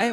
哎，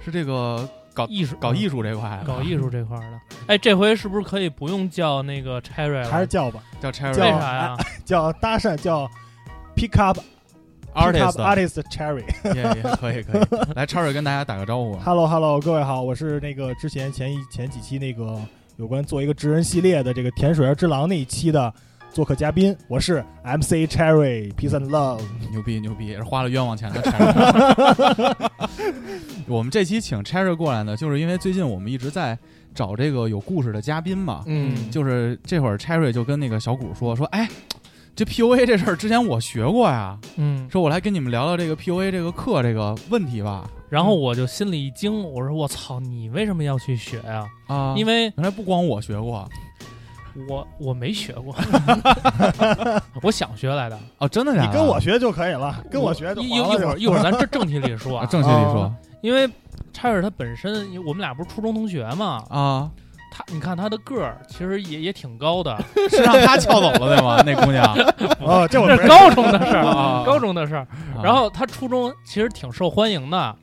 是这个搞艺术嗯搞艺术这块的，搞艺术这块儿的。哎，这回是不是可以不用叫那个 Cherry 了？还是叫吧，叫 Cherry 为叫哎啥呀？叫搭讪，叫 pick up 啊 pick up Artist， artist Cherry。也也可以 可以。来，Cherry 跟大家打个招呼。啊 Hello Hello，各位好，我是那个之前前一前几期那个有关做一个职人系列的这个甜水儿之狼那一期的做客嘉宾，我是 MC Cherry Peace and Love。牛逼牛逼，也是花了冤枉钱的 Cherry。我们这期请 Cherry 过来呢，就是因为最近我们一直在找这个有故事的嘉宾嘛。嗯就是这会儿 Cherry 就跟那个小谷说说，哎，这 PUA 这事儿之前我学过呀，嗯，说我来跟你们聊聊这个 PUA 这个课这个问题吧。然后我就心里一惊，我说我操，你为什么要去学呀、啊，因为为原来不光我学过我我没学过，我想学来的。哦，真的假你的？跟我学就可以了，跟我学就哎一一完一会了就儿一会儿咱正正题里说 啊，啊，正确地说因为 Cherry 他本身，我们俩不是初中同学嘛，啊，他你看他的个儿其实也也挺高的，是让他撬走了对吗？那 姑娘哦，这我这不是认识高中的事儿，啊哦高中的事儿。然后他初中其实挺受欢迎的，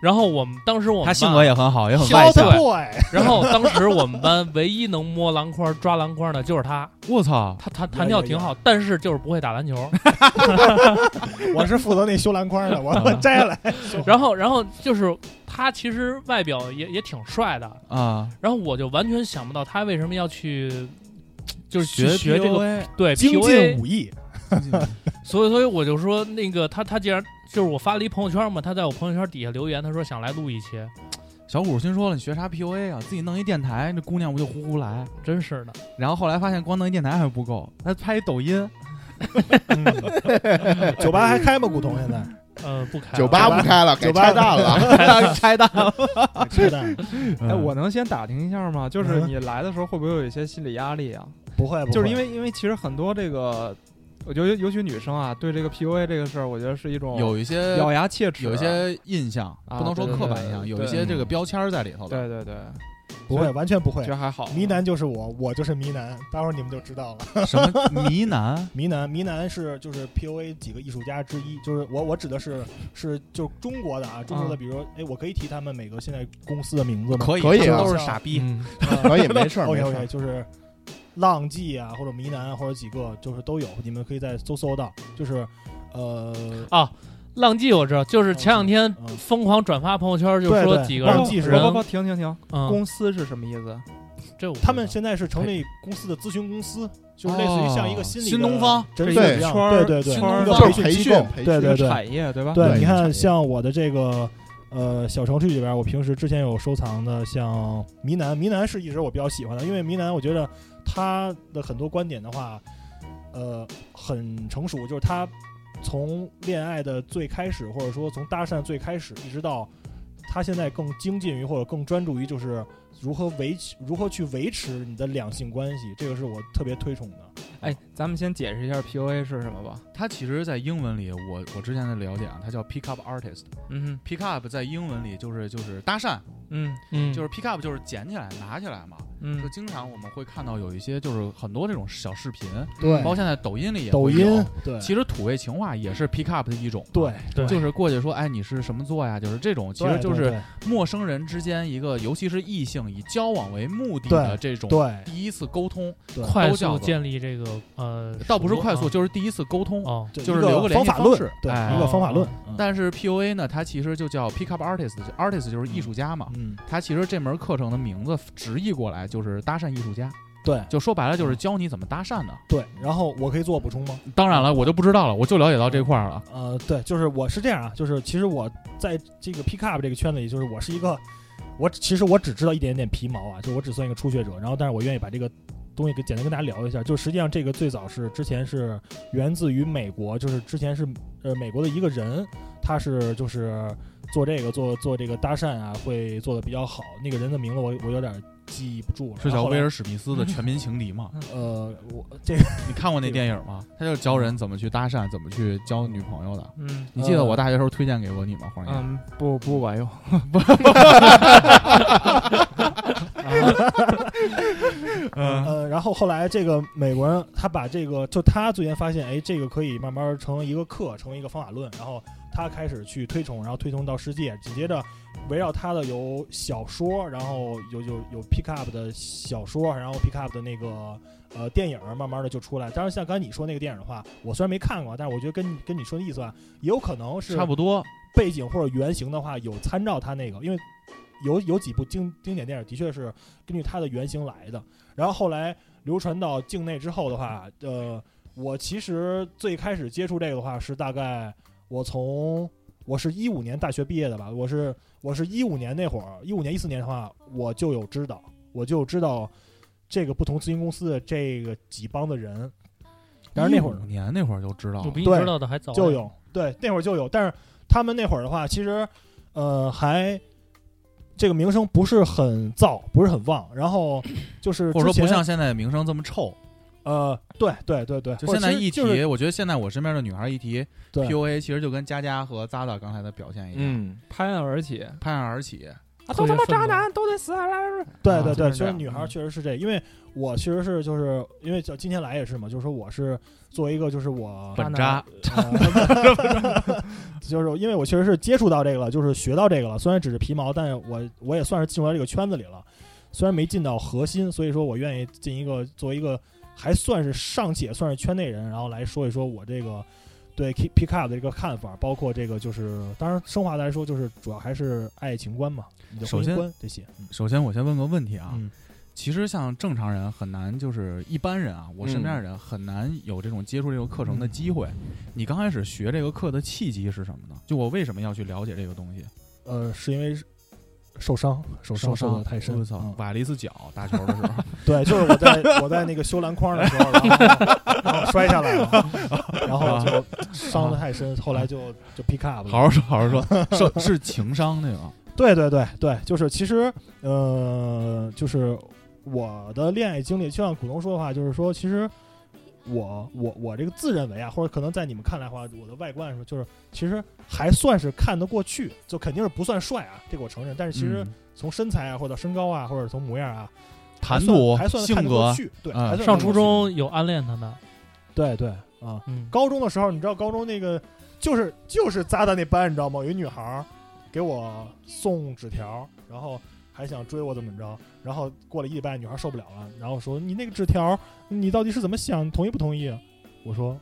然后我们当时我们她班性格也很好，也很外 Hot 向。 boy， 然后当时我们班唯一能摸篮筐、抓篮筐的就是他，我操，他弹弹跳挺好，但是就是不会打篮球。我是负责那修篮筐的，我嗯我 摘 下来。然后，然后就是他其实外表也也挺帅的，啊，然后我就完全想不到他为什么要去，就是去学学这个 PUA 对精进 PUA。武艺，所以，所以我就说那个他他既然就是我发了一朋友圈嘛，他在我朋友圈底下留言，他说想来录一期，小谷心说了，你学啥 PUA 啊？自己弄一电台，那姑娘不就呼呼来？真是的。然后后来发现光弄一电台还不够，他拍 抖音，嗯酒吧还开吗？古潼现在呃，不开 酒吧了不开了，酒给吧拆弹 了。拆弹了。是的，嗯哎，我能先打听一下吗？就是嗯你来的时候会不会有一些心理压力啊？不会，不会就是因为因为其实很多这个，我觉得尤其女生啊，对这个 PUA 这个事儿，我觉得是一种有一些咬牙切齿，有一些印象，啊不能说对对刻板对印象，对有一些这个标签儿在里头的。对对对，不会，完全不会觉。得还好。迷男就是我，我就是迷男，待会儿你们就知道了。 什么迷男迷男，迷男是就是 PUA 几个艺术家之一，就是我我指的是是就是中国的啊，中国的，比如说哎，我可以提他们每个现在公司的名字吗？ 可以，可以他们啊都是傻逼。嗯可以，没 事儿，OK 没事 OK，儿。就是浪迹啊，或者迷男啊，或者几个就是都有，你们可以再搜搜到，就是呃，啊。浪迹我知道，就是前两天嗯疯狂转发朋友圈，就对说对几个忘人不忘记是不不不，停停停，嗯，公司是什么意思？这我不他们知道现在是成立公司的咨询公司，就是类似于像一个心理的新东方诊这所对一样圈儿对对对，圈儿一个就是培训机训构，培对训对对，产业啊对吧？对，对你产看，业像我的这个呃小程序里边，我平时之前有收藏的，像迷南，迷南是一直我比较喜欢的，因为迷南我觉得他的很多观点的话，呃，很成熟，就是他从恋爱的最开始，或者说从搭讪最开始，一直到他现在更精进于或者更专注于就是如何维持如何去维持你的两性关系，这个是我特别推崇的。哎，咱们先解释一下 PUA 是什么吧。它其实，在英文里，我我之前的了解啊，它叫 pick up artist。嗯 pick up 在英文里就是就是搭讪，嗯嗯，就是 pick up 就是捡起来拿起来嘛。就嗯，经常我们会看到有一些就是很多这种小视频，对包括现在抖音里也抖会有音对其实土味情话也是 pick up 的一种，对，，对就是过去说，哎，你是什么座呀？就是这种，其实对就对是陌生人之间一个，尤其是异性以交往为目的的这种对对第一次沟通，对快都叫速做建立这个呃，倒不是快熟速，啊就是第一次沟通，哦，对就是一个留个方联系法方论式，对哎一个方法论。嗯但是 PUA 呢，它其实就叫 Pickup Artist，就 Artist 就是艺术家嘛。嗯，它其实这门课程的名字直译过来就是搭讪艺术家，对就说白了就是教你怎么搭讪的。嗯对。然后我可以做补充吗？嗯当然了，我就不知道了，我就了解到这块儿了。呃，对，就是我是这样啊，就是其实我在这个 pickup 这个圈子里，就是我是一个，我其实我只知道一点点皮毛啊，就是我只算一个初学者。然后，但是我愿意把这个东西给简单跟大家聊一下。就实际上这个最早是之前是源自于美国，就是之前是呃美国的一个人，他是就是做这个做做这个搭讪啊，会做的比较好。那个人的名字我我有点记不住了，是然叫后后威来尔史密斯的《全民情敌》吗？呃，我这个。你看过那电影吗？他就是教人怎么去搭讪，怎么去交女朋友的。嗯你呃记得我大学时候推荐给过你吗，黄爷？嗯，不不管用。呃，然后后来这个美国人他把这个，就他最先发现，哎，这个可以慢慢成为一个课，成为一个方法论，然后他开始去推崇，然后推崇到世界，紧接着围绕他的有小说，然后有有有 pick up 的小说，然后 pick up 的那个呃电影，慢慢的就出来。当然，像刚才你说那个电影的话，我虽然没看过，但是我觉得跟你跟你说的意思啊，也有可能是差不多。背景或者原型的话，有参照他那个，因为有有几部经经典电影的确是根据他的原型来的。然后后来流传到境内之后的话，呃，我其实最开始接触这个的话是大概我从我是一五年大学毕业的吧，我是我是一五年那会儿，一五年一四年的话，我就有知道，我就知道这个不同咨询公司的这个几帮的人。但是那会儿15年那会儿就知道我了比你对知道的还早。就有，对，那会儿就有。但是他们那会儿的话，其实呃还这个名声不是很燥，不是很旺。然 后就是或者说之前不像现在的名声这么臭。呃，对对对对，就或者现在其实一提，就是我觉得现在我身边的女孩一提对 PUA，其实就跟佳佳和扎扎刚才的表现一样，嗯，拍案而起，啊，拍案而起。特别愤怒，都得死啊！对啊对就对，是其实这样女孩儿嗯确实是这，因为我其实是就是因为就今天来也是嘛，就是说我是作为一个就是我本渣渣，呃 就是因为我确实是接触到这个了，就是学到这个了，虽然只是皮毛，但是我我也算是进入到这个圈子里了，虽然没进到核心，所以说我愿意进一个作为一个还算是尚且算是圈内人，然后来说一说我这个对 K- pick up 的这个看法，包括这个就是当然升华来说，就是主要还是爱情观嘛，你的婚首姻先观这些，嗯首先我先问个问题啊，嗯其实像正常人很难，就是一般人啊，我身边的人很难有这种接触这个课程的嗯机会。你刚开始学这个课的契机是什么呢？就我为什么要去了解这个东西？呃，是因为受伤，受伤受的伤太深，我操嗯，崴了一次脚，打球的时 候。对，就是我 在我在那个修篮筐的时候，然后然后摔下来了，然后就伤的太深，后来就就 pick up 啊好了。好说，好好说，是是情商那个。对对对对，就是其实呃，就是我的恋爱经历，就像古龙说的话，就是说其实。我我我这个自认为啊，或者可能在你们看来的话，我的外观说就是其实还算是看得过去，就肯定是不算帅啊，这个我承认。但是其实嗯从身材啊，或者身高啊，或者从模样啊，还谈算吐还、算看性得过格，去，对，嗯还上算看得初过去中有暗恋他的，对对啊，嗯，高中的时候，你知道高中那个就是就是扎达那班，你知道吗？有一女孩儿给我送纸条，然后还想追我怎么着，然后过了一礼拜，女孩受不了了，然后说你那个纸条你到底是怎么想？同意不同意？啊我说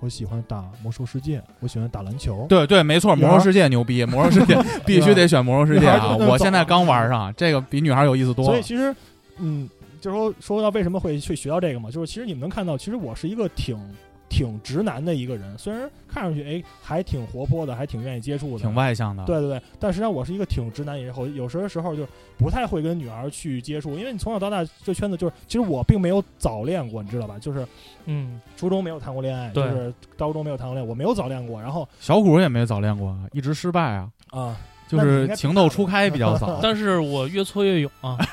我喜欢打魔兽世界，我喜欢打篮球。对对，没错，女孩魔兽世界牛逼，魔兽 世界必须得选魔兽世界女孩啊！儿就我现在刚玩上，这个比女孩有意思多所了以。其实，嗯，就是说说到为什么会去学到这个嘛，就是其实你们能看到，其实我是一个挺挺直男的一个人，虽然看上去哎还挺活泼的，还挺愿意接触的，挺外向的，对对对，但实际上我是一个挺直男，以后有时候时候就不太会跟女孩去接触，因为你从小到大这圈子就是，其实我并没有早恋过，你知道吧？就是嗯，初中没有谈过恋爱，就对是高中没有谈过恋爱，我没有早恋过。然后小虎也没早恋过，一直失败啊，啊，就那你应是该情窦初开比较 早。但是我越挫越勇啊，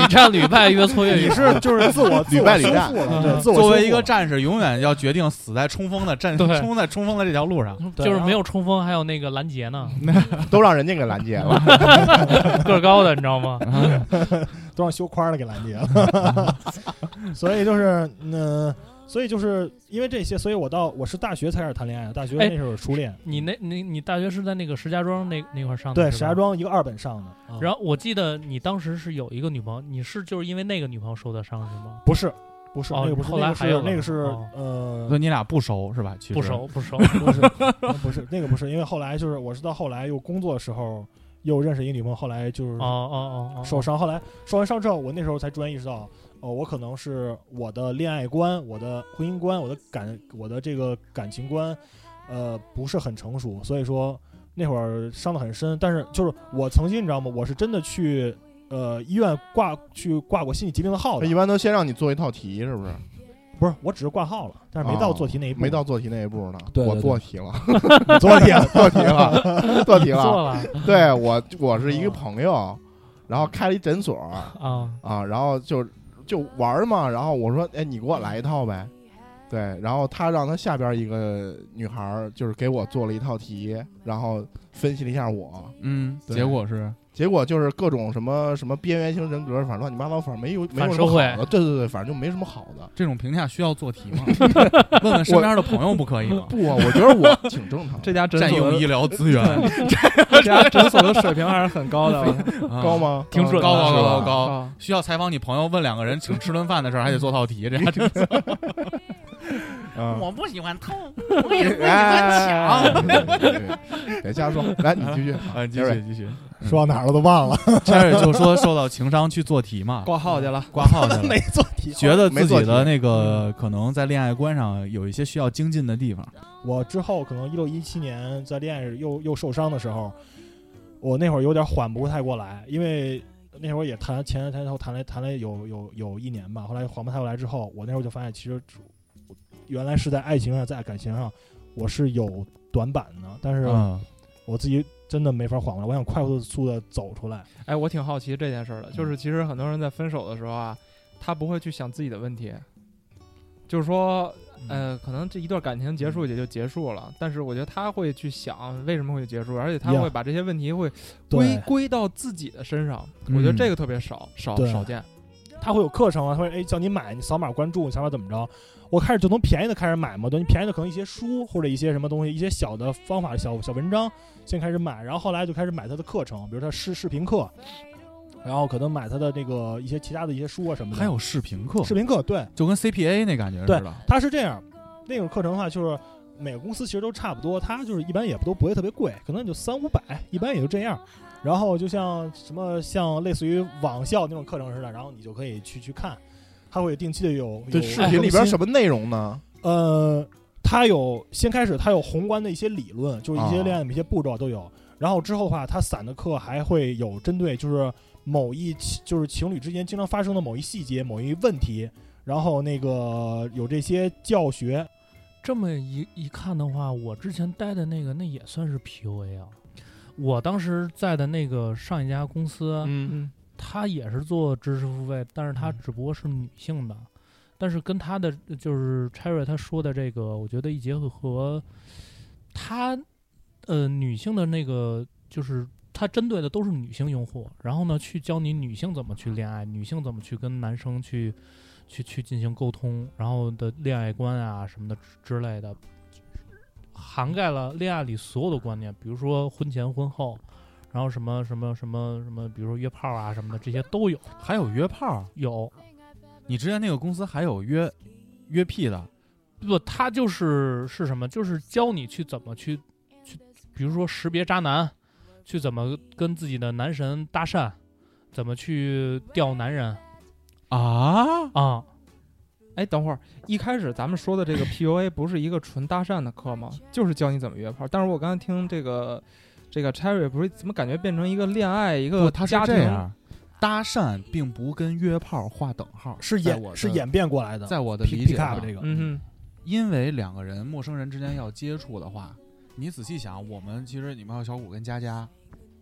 屡战屡败，越挫越你勇。是就是自我自屡我败修屡战复了，对，嗯自我作修为复一个了战士，永远要决定死在冲锋的战，对嗯冲在冲锋的这条路上。 对就是然后没有冲锋，还有那个拦截呢，都让人家给拦截了。 个儿高的，你知道吗？都让修宽了给拦截了。所以就是嗯。所以就是因为这些，所以我到我是大学才开始谈恋爱的，大学哎那时候有初恋，你那你你大学是在那个石家庄那那块儿上的，对石是吧家。庄一个二本上的，啊然后我记得你当时是有一个女朋友，你是就是因为那个女朋友受的伤是吗？不是不是哦那个不是，后来那个还有是了那个是哦所呃 以你俩不熟是吧？其实不，熟不 熟，不是那不是那个不是，因为后来就是我是到后来又工作的时候又认识一个女朋友，后来就是哦哦 哦哦，受伤，后来受完伤之后，我那时候才突然意识到，哦，我可能是我的恋爱观、我的婚姻观、我的感、我的这个感情观，呃，不是很成熟，所以说那会儿伤得很深。但是就是我曾经你知道吗？我是真的去呃医院挂去挂过心理疾病的号的一，般都先让你做一套题，是不是？不是，我只是挂号了，但是没到啊做题那一步，没 到做题那一步呢。对对我对做题了，做题做题了，做题做了。了对我， 我是一个朋友，然后开了一诊所啊，啊，然后就就玩儿嘛，然后我说，哎，你给我来一套呗。对，然后他让他下边一个女孩儿就是给我做了一套题，然后分析了一下我，嗯，对结果是结果就是各种什么什么边缘型人格，反正乱七八糟，反正没有 没有反什社么好会的，对对对，反正就没什么好的。这种评价需要做 题吗？问问身边的朋友不可以吗？不啊，我觉得我挺正常的，这家诊占所用的医疗 资源这家诊所的水平还是很高的，高 高？吗？挺准啊高的高是吧高高高！啊需要采访你朋友问两个人请吃顿饭的事儿，还得做套题，这还真是嗯我不喜欢偷。哎，别瞎说，来你继续。啊，继哎续继续。说到哪儿了都忘 了，开始就说受到情伤去做题嘛，挂号去了，挂号去了， 没做题。觉得自己没做的题那个可能在恋爱观上有一些需要精进的地方。我之后可能一六一七年在恋爱又又受伤的时候，我那会儿有点缓不太过来，因为那会儿也谈前前后谈了谈了有有有一年吧，后来缓不太过来之后，我那会儿就发现其实我原来是在爱情上啊在感情上我是有短板的，但是嗯，我自己真的没法缓过来，我想快速的走出来。哎，我挺好奇这件事儿的，就是其实很多人在分手的时候啊，他不会去想自己的问题，就是说，嗯呃，可能这一段感情结束也就结束了，但是我觉得他会去想为什么会结束，而且他 Yeah 会把这些问题会归对，归到自己的身上，我觉得嗯这个特别少少对少见。他会有课程啊，他会哎叫你买，你扫码关注，你扫码怎么着？我开始就从便宜的开始买嘛，对，你便宜的可能一些书或者一些什么东西，一些小的方法、小小文章，先开始买，然后后来就开始买他的课程，比如他视视频课，然后可能买他的那个一些其他的一些书啊什么的。还有视频课，视频课，对，就跟 CPA 那感觉似的。它是这样，那种课程的话，就是每个公司其实都差不多，它就是一般也不都不会特别贵，可能也就三五百，一般也就这样。然后就像什么像类似于网校那种课程似的，然后你就可以去去看，它会定期的有这有视频里边更新什么内容呢？呃，它有先开始它有宏观的一些理论，就是一些恋爱的一些步骤都有。然后之后的话，它散的课还会有针对就是某一起就是情侣之间经常发生的某一细节、某一问题，然后那个有这些教学。这么一一看的话，我之前待的那个那也算是 PUA 啊。我当时在的那个上一家公司，嗯，嗯，它也是做知识付费，但是它嗯只不过是女性的。但是跟他的就是 Cherry 他说的这个，我觉得一结合和他呃女性的那个，就是他针对的都是女性用户，然后呢去教你女性怎么去恋爱，女性怎么去跟男生去去去进行沟通，然后的恋爱观啊什么的之之类的，涵盖了恋爱里所有的观念，比如说婚前婚后。然后什么什么什么什么，比如说约炮啊什么的，这些都有还有约炮，有。你之前那个公司还有约约屁的，不，他就是是什么？就是教你去怎么去去，比如说识别渣男，去怎么跟自己的男神搭讪，怎么去钓男人啊，啊。哎，等会儿一开始咱们说的这个 PUA 不是一个纯搭讪的课吗？就是教你怎么约炮。但是我刚才听这个这个 Cherry 不是怎么感觉变成一个恋爱一个不，他是家庭这样，搭讪并不跟约炮划等号，是在演我的是，演变过来的，在我的 pick 理 pick 解啊上 up 这个，嗯因为两个人陌生人之间要接触的话，你仔细想，我们其实你们还有小谷跟佳佳，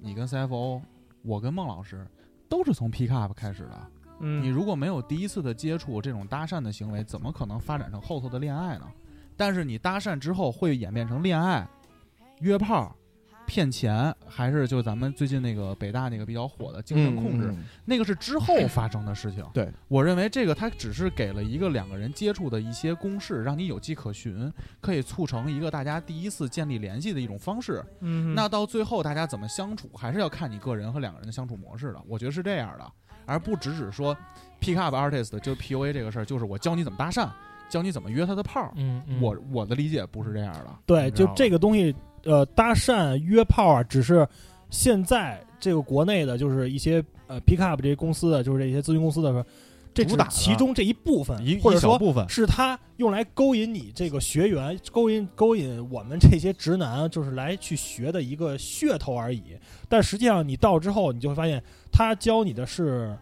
你跟 CFO，我跟孟老师，都是从 pick up 开始的。哼，嗯，你如果没有第一次的接触，这种搭讪的行为，怎么可能发展成后头的恋爱呢？但是你搭讪之后会演变成恋爱、约炮、骗钱，还是就咱们最近那个北大那个比较火的精神控制，嗯，那个是之后发生的事情。对，我认为这个它只是给了一个两个人接触的一些公式，让你有迹可循，可以促成一个大家第一次建立联系的一种方式。嗯哼那到最后大家怎么相处，还是要看你个人和两个人的相处模式的。我觉得是这样的。而不只只说 pick up artist 就是 PUA 这个事儿，就是我教你怎么搭讪，教你怎么约他的炮儿。嗯，嗯我我的理解不是这样的，对，你知就道吧这个东西，呃，搭讪、约炮啊，只是现在这个国内的，就是一些呃 pickup 这些公司的，就是这些咨询公司的，这主只打是的其中这一部分一，或者一小说部分，是他用来勾引你这个学员，勾引勾引我们这些直男，就是来去学的一个噱头而已。但实际上，你到之后，你就会发现，他教你的是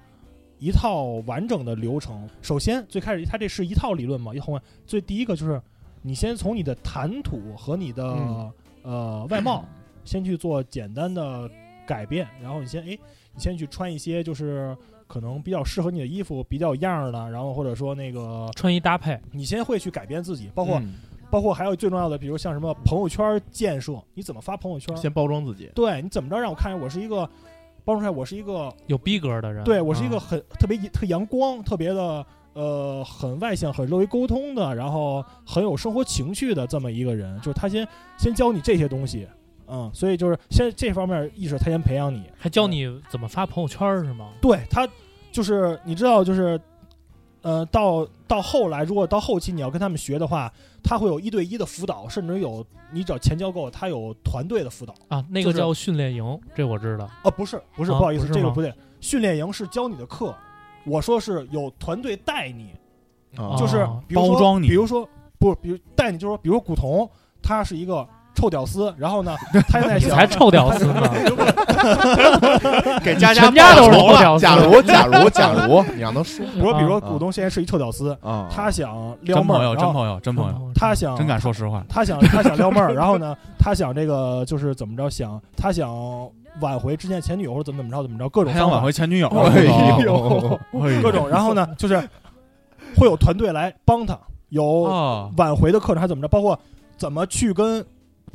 一套完整的流程。首先，最开始他这是一套理论嘛，一后面最第一个就是你先从你的谈吐和你的、嗯呃外貌先去做简单的改变，然后你先哎，你先去穿一些就是。可能比较适合你的衣服，比较样儿的，然后或者说那个穿衣搭配，你先会去改变自己，包括、嗯包括还有最重要的，比如像什么朋友圈建设，你怎么发朋友圈？先包装自己，对你怎么着让我看见我是一个，包出来我是一个，有逼格的人，对我是一个啊很、特别特阳光，特别的呃很外向，很乐于沟通的，然后很有生活情趣的这么一个人，就是他先先教你这些东西，嗯，所以就是先这方面意识他先培养你，还教你怎么发朋友圈儿是吗？对他就是你知道就是。呃，到到后来，如果到后期你要跟他们学的话，他会有一对一的辅导，甚至有你只要钱交够，他有团队的辅导。啊，那就个是叫训练营，这我知道。啊，不是，不是，啊不好意不思，是这个吗不对。训练营是教你的课，我说是有团队带你，啊就是哦比如说包装你比如说不，比如带你，就是说，比如说古潼，他是一个臭屌丝，然后呢，他现在你想才 臭屌丝呢！给家全家都是报仇臭屌了。丝假如假如假如你让他说比如说比如说啊古潼现在是一臭屌丝，啊，他想撩真妹朋儿，友，真然后朋友，真朋友，他想嗯真敢说实话。他想他想撩妹儿，然后呢，他想这个就是怎么着，想他想挽回之前前女友或者怎么怎么着怎么着，各种还想方法挽回前女友，哎呦呦， 哎呦各种，然后呢，就是会有团队来帮他，有啊，挽回的课程还怎么着，包括怎么去跟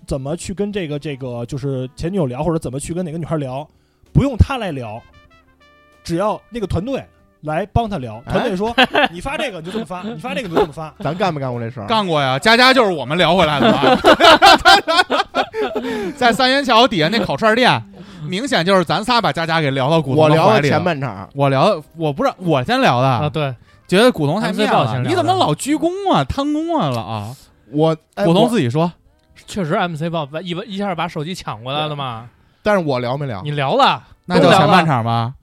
怎么去跟这个这个就是前女友聊，或者怎么去跟哪个女孩聊，不用他来聊，只要那个团队来帮他聊，哎团队 说、你发这个你就这么发，你发这个你就这么发，咱干没干过这事儿？啊干过呀，佳佳就是我们聊回来的吧， 在三元桥底下那烤串店，明显就是咱仨把佳佳给聊到古我潼的聊怀了里了前半场，我聊，我不是我先聊的，啊，对，觉得古潼太面咱们最早先聊了，的你怎么老鞠躬啊、贪功啊了啊？我哎古潼我自己说，确实 MC 报把一把一下把手机抢过来了嘛，但是我聊没聊？你聊了，那就前半场吧，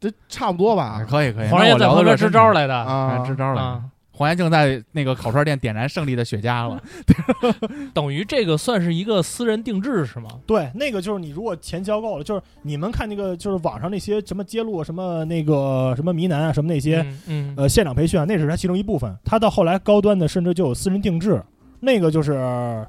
这差不多啊吧？可以可以。黄那爷我在聊旁的边热支身招来的哎啊，支招了。啊，黄爷正在那个烤串店点燃胜利的雪茄了，等于这个算是一个私人定制是吗？对，那个就是你如果钱交够了，就是你们看那个就是网上那些什么揭露啊什么那个什么迷男啊什么那些。嗯，嗯呃，现场培训啊，那只是它其中一部分。它到后来高端的，甚至就有私人定制，那个就是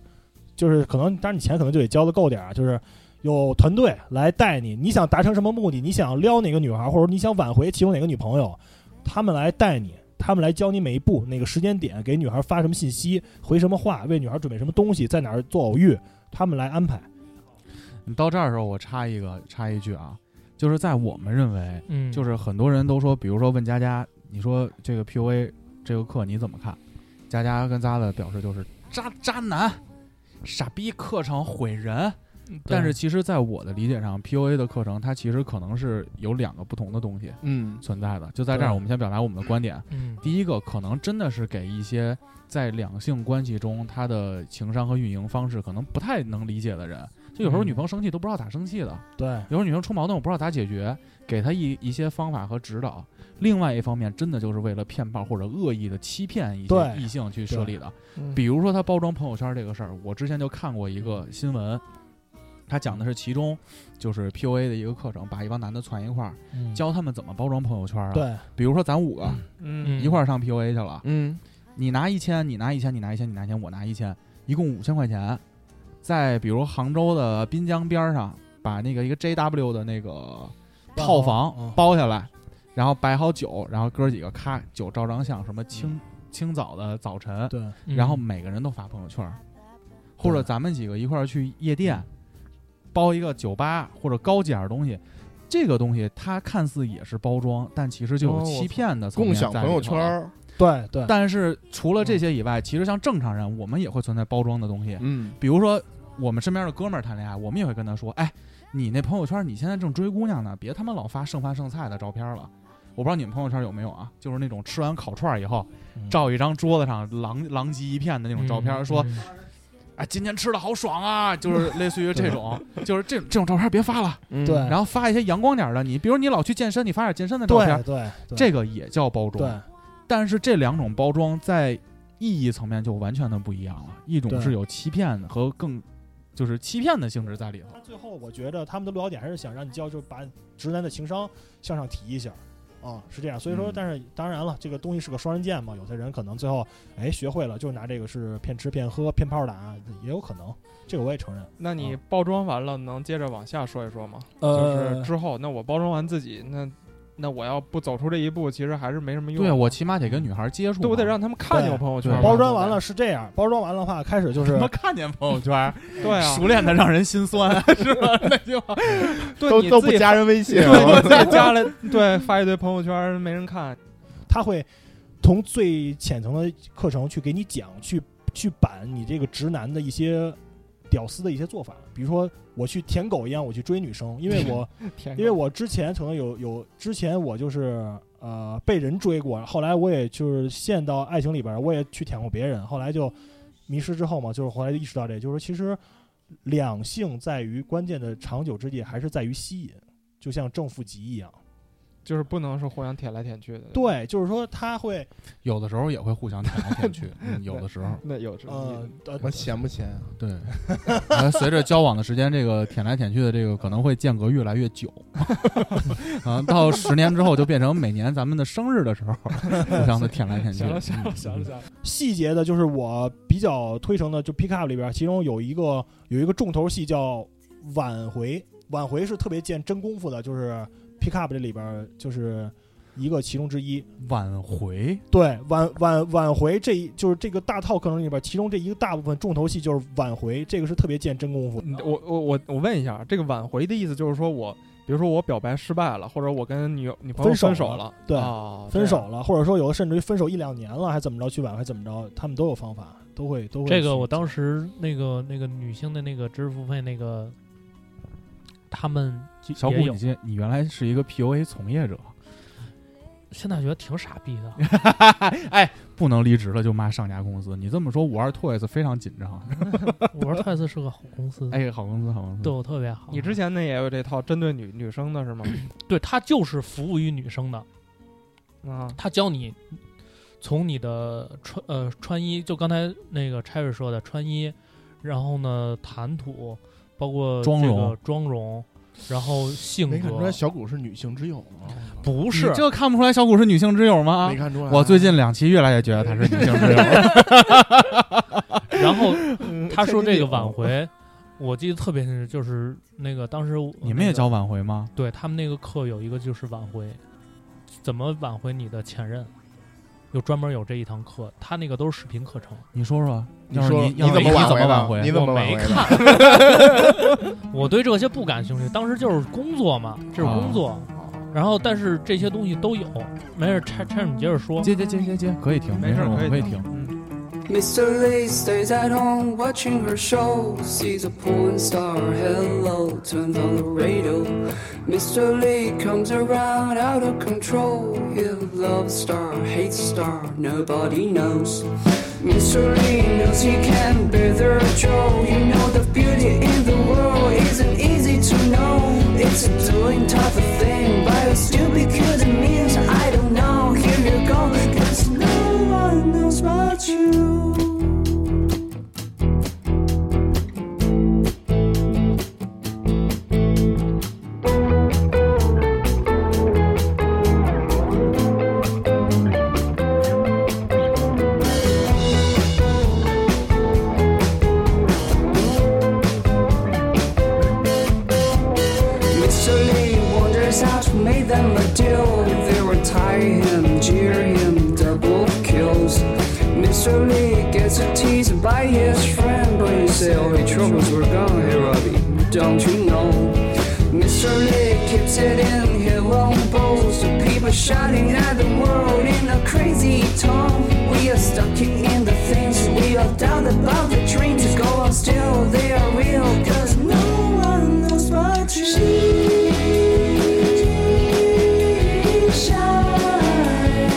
就是可能，当然你钱可能就得交的够点儿啊，就是有团队来带你，你想达成什么目的，你想撩哪个女孩，或者你想挽回其中哪个女朋友，他们来带你。他们来教你每一步，哪个时间点给女孩发什么信息，回什么话，为女孩准备什么东西，在哪儿做偶遇，他们来安排。你到这儿的时候，我插一个插一句啊，就是在我们认为，嗯，就是很多人都说，比如说问佳佳，你说这个 PUA 这个课你怎么看？佳佳跟扎的表示就是渣渣男、傻逼课程毁人。对但是其实，在我的理解上，PUA 的课程它其实可能是有两个不同的东西嗯，存在的。就在这儿，对我们先表达我们的观点。嗯第一个，可能真的是给一些在两性关系中他的情商和运营方式可能不太能理解的人，就有时候嗯女朋友生气都不知道咋生气的。对，有时候女生出矛盾，我不知道咋解决，给她一一些方法和指导。另外一方面，真的就是为了骗炮或者恶意的欺骗一些对异性去设立的。嗯比如说她包装朋友圈这个事儿，我之前就看过一个新闻，他讲的是其中就是 PUA 的一个课程，把一帮男的攒一块儿，教他们怎么包装朋友圈啊。，对，比如说咱五个、嗯一块儿上 PUA 去了，嗯，你拿一千，你拿一千，你拿一千，你拿一千，我拿一千，一共五千块钱，在比如杭州的滨江边儿上，把那个一个 JW 的那个套房嗯包下来，然后摆好酒，然后哥几个咔酒照张相，什么清清早的早晨，对，嗯然后每个人都发朋友圈儿，或者咱们几个一块儿去夜店，包一个酒吧或者高级点儿的东西。这个东西它看似也是包装，但其实就哦有我欺操骗的层面共享在朋友里头圈了儿，对，对，但是除了这些以外，其实像正常人，我们也会存在包装的东西。嗯，比如说，我们身边的哥们儿谈恋爱，我们也会跟他说：“哎，你那朋友圈你现在正追姑娘呢，别他妈老发剩饭剩菜的照片了。”我不知道你们朋友圈有没有啊，就是那种吃完烤串以后嗯照一张桌子上狼狼藉一片的那种照片，说嗯哎今天吃的好爽啊，就是类似于这种，就是这这种照片别发了，嗯对然后发一些阳光点儿的，你比如你老去健身，你发点健身的照对片，对，对这个也叫包装对。但是这两种包装在意义层面就完全的不一样了，一种对是有欺骗的和更就是欺骗的性质在里头。最后，我觉得他们的落脚点还是想让你教，就是把直男的情商向上提一下，啊，是这样。所以说，嗯但是当然了，这个东西是个双刃剑嘛，有的人可能最后哎学会了，就拿这个是骗吃骗喝骗炮打，也有可能，这个我也承认。那你嗯包装完了，能接着往下说一说吗？就是呃，之后，那我包装完自己，那那我要不走出这一步，其实还是没什么用。对我起码得跟女孩接触嘛，对我 得让他们看见我朋友圈对吧。包装完了是这样，包装完了的话，开始 就是他妈看见朋友圈， 对啊，熟练的让人心酸， 是吧？那句话，对都你都自不己加人微信， 对，你自己加了，对，发一堆朋友圈没人看，他会从最浅层的课程去给你讲，去去板你这个直男的一些屌丝的一些做法，比如说我去舔狗一样，我去追女生，因为我。天 因为我之前可能有有，之前我就是呃被人追过，后来我也就是陷到爱情里边儿，我也去舔过别人，后来就迷失之后嘛，就是后来就意识到这，就是其实两性在于关键的长久之地还是在于吸引，就像正负极一样。就是不能是互相舔来舔去的。，对，就是说他会有的时候也会互相舔来 舔去，嗯有的时候，那有这呃呃我闲不闲？啊对。呃随着交往的时间，这个舔来舔去的这个可能会间隔越来越久， 啊，到十年之后就变成每年咱们的生日的时候，互相的舔来舔去。行了行了嗯行了行了，细节的，就是我比较推崇的，就 Pickup 里边儿，其中有一个有一个重头戏叫挽回，挽回是特别见真功夫的，就是 Pickup 这里边儿就是一个其中之一。挽嗯回，对，挽挽挽回这一就是这个大套课程里边儿，其中这一个大部分重头戏就是挽回，这个是特别见真功夫。嗯我我我我问一下，这个挽回的意思就是说我，比如说我表白失败了，或者我跟女女朋友分手分手了了，对啊分手了，或者说有的甚至于分手一两年了，还怎么着去挽回，怎么着，他们都有方法，都会都会去。这个我当时那个那个女性的那个知识付费那个，他们就小谷，也有你这你原来是一个 PUA 从业者，现在觉得挺傻逼的。哎，不能离职了就骂上家公司。你这么说，五二 Toys 非常紧张。我说 Twice 是个好公司， 哎，好公司，好公司。嗯对我特别好。你之前那也有这套针对女女生的是吗？对他就是服务于女生的，啊，他教你从你的穿呃穿衣，就刚才那个 Cherry 说的穿衣，然后呢谈吐，包括妆这容个妆容，然后性没看出格来，小谷是女性之友啊吗？不不是这看不出来小谷是女性之友吗啊没？看出来。啊我最近两期越来越觉得她是女性之友。 然 后嗯他说这个挽，回，我记得特别清楚，就是那个当时我你们也那个教挽回吗？对他们那个课有一个就是挽回，怎么挽回你的前任，有专门有这一堂课，他那个都是视频课程。你说说，你要是说你要是怎么你怎么挽挽回你？怎么我挽没回的？看， 我对这些不感兴趣。当时就是工作嘛，这是工作。啊然后，但是这些东西都有，没事，拆拆，你接着说。接接接接接，可以停，没事，事我们可可以以停。嗯， Mr. Lee stays at home watching her show. Sees a porn star, hello, turns on the radio. Mr. Lee comes around out of control. He'll love star, hate star, nobody knows. Mr. Lee knows he can't bear their joy. You know the beauty in the world isn't easy to know. It's a doing type of thing, but it's stupid 'cause it means I don't know. Here you go, cause no one knows about you. Mr. Lee wonders how to make them a deal. They will tie him, jeer him, double kills. Mr. Lee gets a tease by his friend, but he say, "Oh, your troubles were gone, hey Robbie, don't you know?" Mr. Lee keeps it in his long bones. The people shouting at the world in a crazy tone. We are stuck in the things we are doubt about the dreams go on still. They are real, cause no one knows but you. Shine.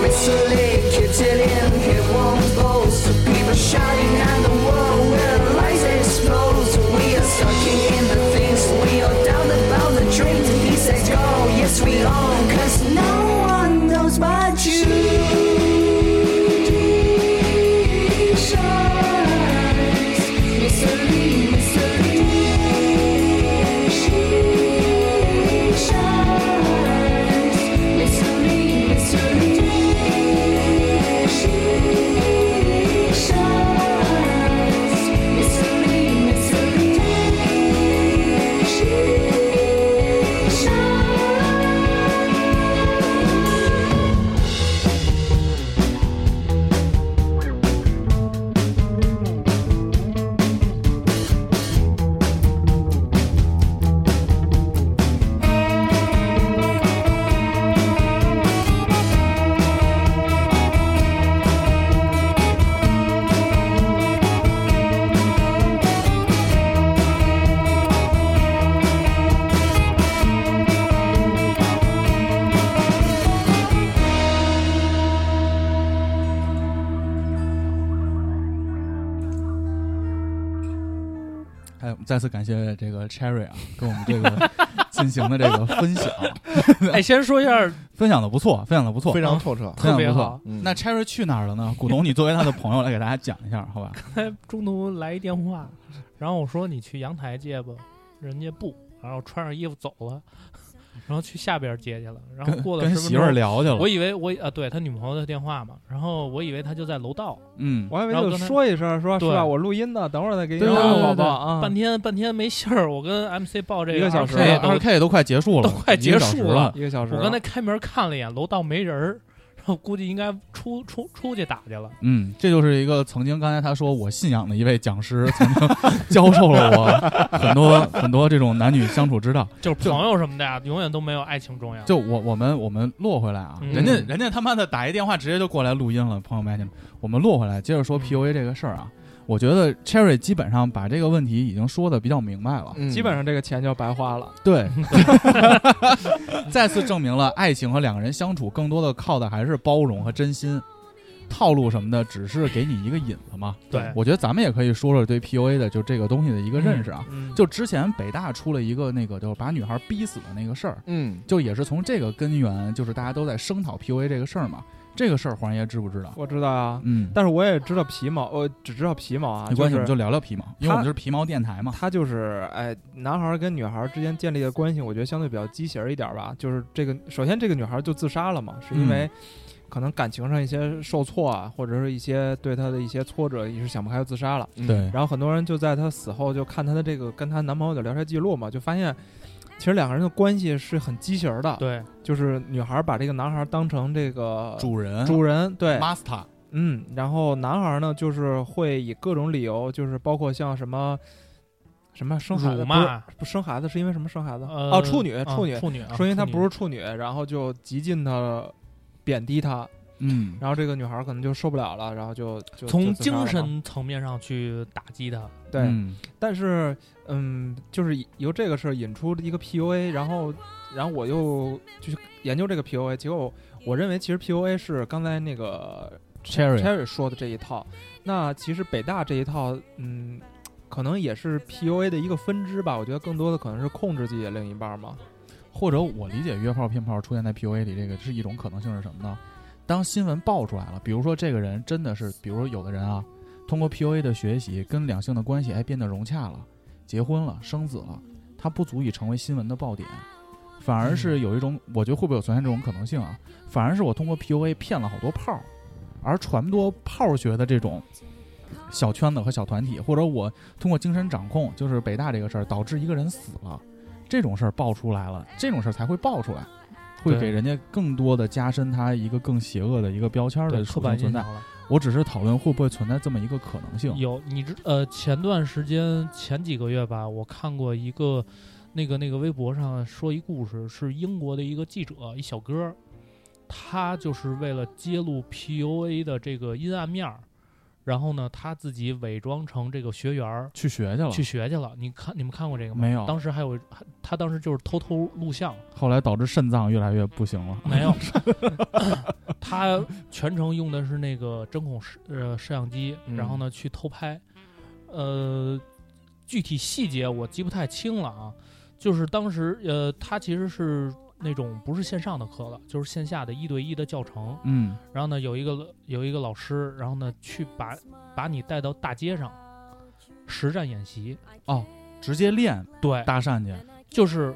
Mr. Lee keeps it in, he won't boast. So people shouting at the wall where lies exposed. We are sucking in the things we all doubt about the dreams. He says, go, yes we all, cause no one knows but you. Mr. Lee, Mr. Lee, she shines. Mr. Lee, Mr. Lee, she shines. Mr. Lee, Mr. Lee, she shines. 哎，我们再次感谢这个 Cherry 啊，跟我们 这个进行的这个分享，哎，先说一下， 分享的不错，分享的不错，非啊常透彻。分享特别得不好错。嗯那 Cherry 去哪儿了呢？古董，你作为他的朋友来给大家讲一下，好吧？ 哎中途来一电话，然后我说你去阳台借吧，人家不，然后穿上衣服走了，然后去下边接去了，然后跟过了跟十分媳妇儿钟，聊去了，我以为我啊，对他女朋友的电话嘛，然后我以为他就在楼道，嗯，我还以为然后就跟他说一声，说是对吧？我录音呢，等会儿再给你对对啊对宝对宝啊。半天半天没信儿，我跟 MC 报这啊一个小时这了都二 K 都快结束了，都快结束一个小时了。一个小时，啊我刚才开门看了一眼，楼道没人儿，然后估计应该出出出去打去了。嗯，这就是一个曾经刚才他说我信仰的一位讲师，曾 经教授了我很多很多这种男女相处之道。就是朋友什么的呀，永远都没有爱情重要。就我我们我们落回来啊，嗯人家人家他妈的打一电话直接就过来录音了，朋友们，我们落回来接着说嗯 PUA 这个事儿啊，我觉得 Cherry 基本上把这个问题已经说的比较明白了，嗯基本上这个钱就白花了。 对，再次证明了爱情和两个人相处更多的靠的还是包容和真心，套路什么的只是给你一个引子嘛。对，我觉得咱们也可以说说对 PUA 的就这个东西的一个认识啊。嗯就之前北大出了一个那个就是把女孩逼死的那个事儿，嗯，就也是从这个根源，就是大家都在声讨 PUA 这个事儿嘛。这个事儿黄爷知不知道？我知道啊，嗯，但是我也知道皮毛，我只知道皮毛啊。没关就系，我是们就聊聊皮毛，因为我们就是皮毛电台嘛。他就是哎，男孩儿跟女孩儿之间建立的关系，我觉得相对比较畸形儿一点儿吧。就是这个，首先这个女孩儿就自杀了嘛，是因嗯为可能感情上一些受挫啊，或者是一些对她的一些挫折，一时想不开就自杀了。对，嗯然后很多人就在她死后就看她的这个跟她男朋友的聊天记录嘛，就发现其实两个人的关系是很畸形儿的。，对，就是女孩儿把这个男孩儿当成这个主人主人，对， master，嗯，然后男孩儿呢，就是会以各种理由，就是包括像什么什么生孩辱子不是骂，不生孩子是因为什么生孩子？呃，哦，处女，啊处女，处女啊，说因为她处女不是处女，然后就极尽她贬低她，嗯，然后这个女孩儿可能就受不了了，然后就就就从自杀精了嘛神层面上去打击他，对，嗯但是嗯，就是以由这个事儿引出一个 PUA，然后然后我又就去研究这个 PUA，结果我认为其实 PUA 是刚才那个 Cherry， Cherry 说的这一套，那其实北大这一套，嗯，可能也是 PUA 的一个分支吧。我觉得更多的可能是控制自己的另一半嘛。或者我理解约炮、骗炮出现在 PUA 里，这个是一种可能性是什么呢？当新闻爆出来了，比如说这个人真的是，比如说有的人啊，通过 PUA 的学习跟两性的关系还哎变得融洽了，结婚了，生子了，他不足以成为新闻的爆点，反而是有一种，我觉得会不会有存在这种可能性啊？反而是我通过 PUA 骗了好多炮儿，而传播炮学的这种小圈子和小团体，或者我通过精神掌控，就是北大这个事儿，导致一个人死了，这种事儿爆出来了，这种事儿才会爆出来，会对给人家更多的加深他一个更邪恶的一个标签儿的对，刻属性板印存在象。了。我只是讨论会不会存在这么一个可能性。有你知呃，前段时间前几个月吧，我看过一个那个那个微博上说一故事，是英国的一个记者一小哥儿，他就是为了揭露 PUA 的这个阴暗面儿，然后呢，他自己伪装成这个学员儿去学去了，去学去了。你看你们看过这个吗？哦没有当时还有还他当时就是偷偷录像， 后来导致肾脏越来越不行了。没有， 他全程用的是那个针孔摄呃摄像机，嗯然后呢去偷拍，呃，具体细节我记不太清了啊。就是当时呃，他其实是那种不是线上的课了，就是线下的一对一的教程。嗯，然后呢，有一个有一个老师，然后呢去把把你带到大街上实战演习。直接练对，搭讪去，就是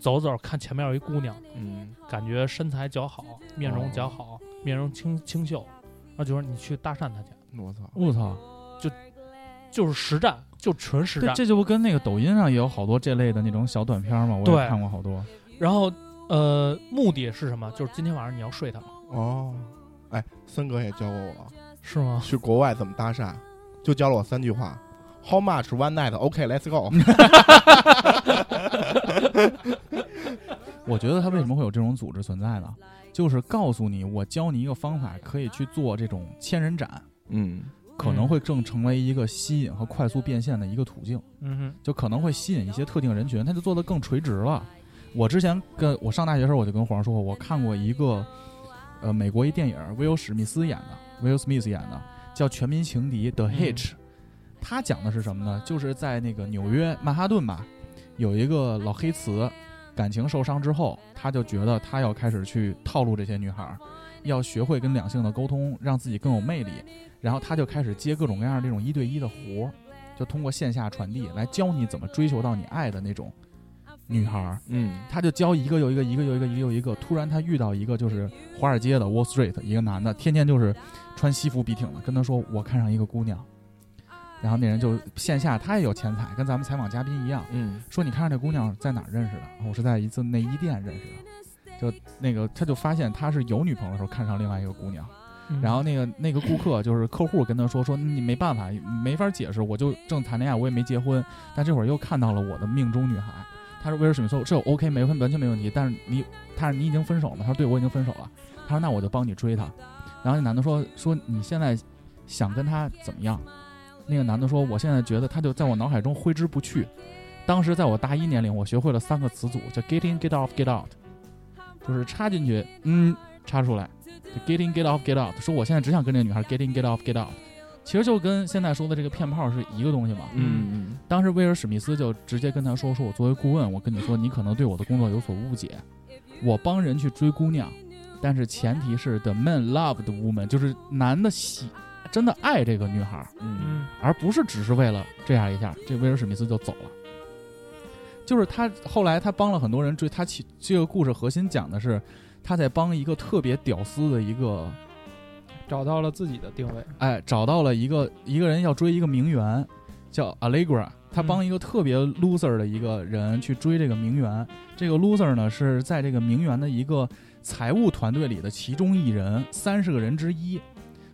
走走看前面有一姑娘，嗯，感觉身材姣哦好，面容姣好，面容清清秀，然后就说你去搭讪她去，我操，我操！就是实战，就纯实对，战。这就不跟那个抖音上也有好多这类的那种小短片嘛，我也对看过好多。然后呃，目的是什么？就是今天晚上你要睡她，哦，哎，森哥也教过我，是吗？去国外怎么搭讪，就教了我三句话：How much one night? OK, let's go。我觉得他为什么会有这种组织存在呢？就是告诉你，我教你一个方法，可以去做这种千人斩， 嗯，可能会正成为一个吸引和快速变现的一个途径，嗯哼，就可能会吸引一些特定人群，他就做得更垂直了。我之前跟我上大学的时候，我就跟黄说过，我看过一个，呃，美国一电影，威尔史密斯演的，威尔史密斯演的叫《全民情敌》The Hitch，、他讲的是什么呢？就是在那个纽约曼哈顿吧，有一个老黑词，感情受伤之后，他就觉得他要开始去套路这些女孩儿，要学会跟两性的沟通，让自己更有魅力。然后他就开始接各种各样的这种一对一的活儿，就通过线下传递来教你怎么追求到你爱的那种女孩儿。嗯，他就教一个又一个，一个又一个，一个又一个。突然他遇到一个就是华尔街的 Wall Street 一个男的，天天就是穿西服笔挺的，跟他说我看上一个姑娘，然后那人就线下他也有钱财，跟咱们采访嘉宾一样，嗯，说你看上这姑娘在哪儿认识的？哦我是在一次内衣店认识的，就那个他就发现他是有女朋友的时候看上另外一个姑娘。嗯然后那个那个顾客就是客户跟他说说你没办法，没法解释，我就正谈恋爱，我也没结婚，但这会儿又看到了我的命中女孩。他说威尔史密斯，这我 OK 没问完全没问题，但是你他说你已经分手了吗，他说对我已经分手了，他说那我就帮你追她。然后那男的说说你现在想跟她怎么样？那个男的说我现在觉得他就在我脑海中挥之不去。当时在我大一年龄，我学会了三个词组，叫 get in、get off、get out，就是插进去，嗯，插出来。就 get in, get off, get out，说我现在只想跟这个女孩 get in, get off, get out，其实就跟现在说的这个骗炮是一个东西嘛。嗯当时威尔史密斯就直接跟他说：“说我作为顾问，我跟你说，你可能对我的工作有所误解，我帮人去追姑娘，但是前提是 the man loved woman，就是男的喜真的爱这个女孩。”嗯嗯而不是只是为了这样一下，这威尔史密斯就走了。就是他后来他帮了很多人追他起，这个故事核心讲的是他在帮一个特别屌丝的一个找到了自己的定位。哎找到了一个一个人要追一个名媛，叫 Allegra，他帮一个特别 loser 的一个人去追这个名媛。这个 loser 呢是在这个名媛的一个财务团队里的其中一人，三十个人之一。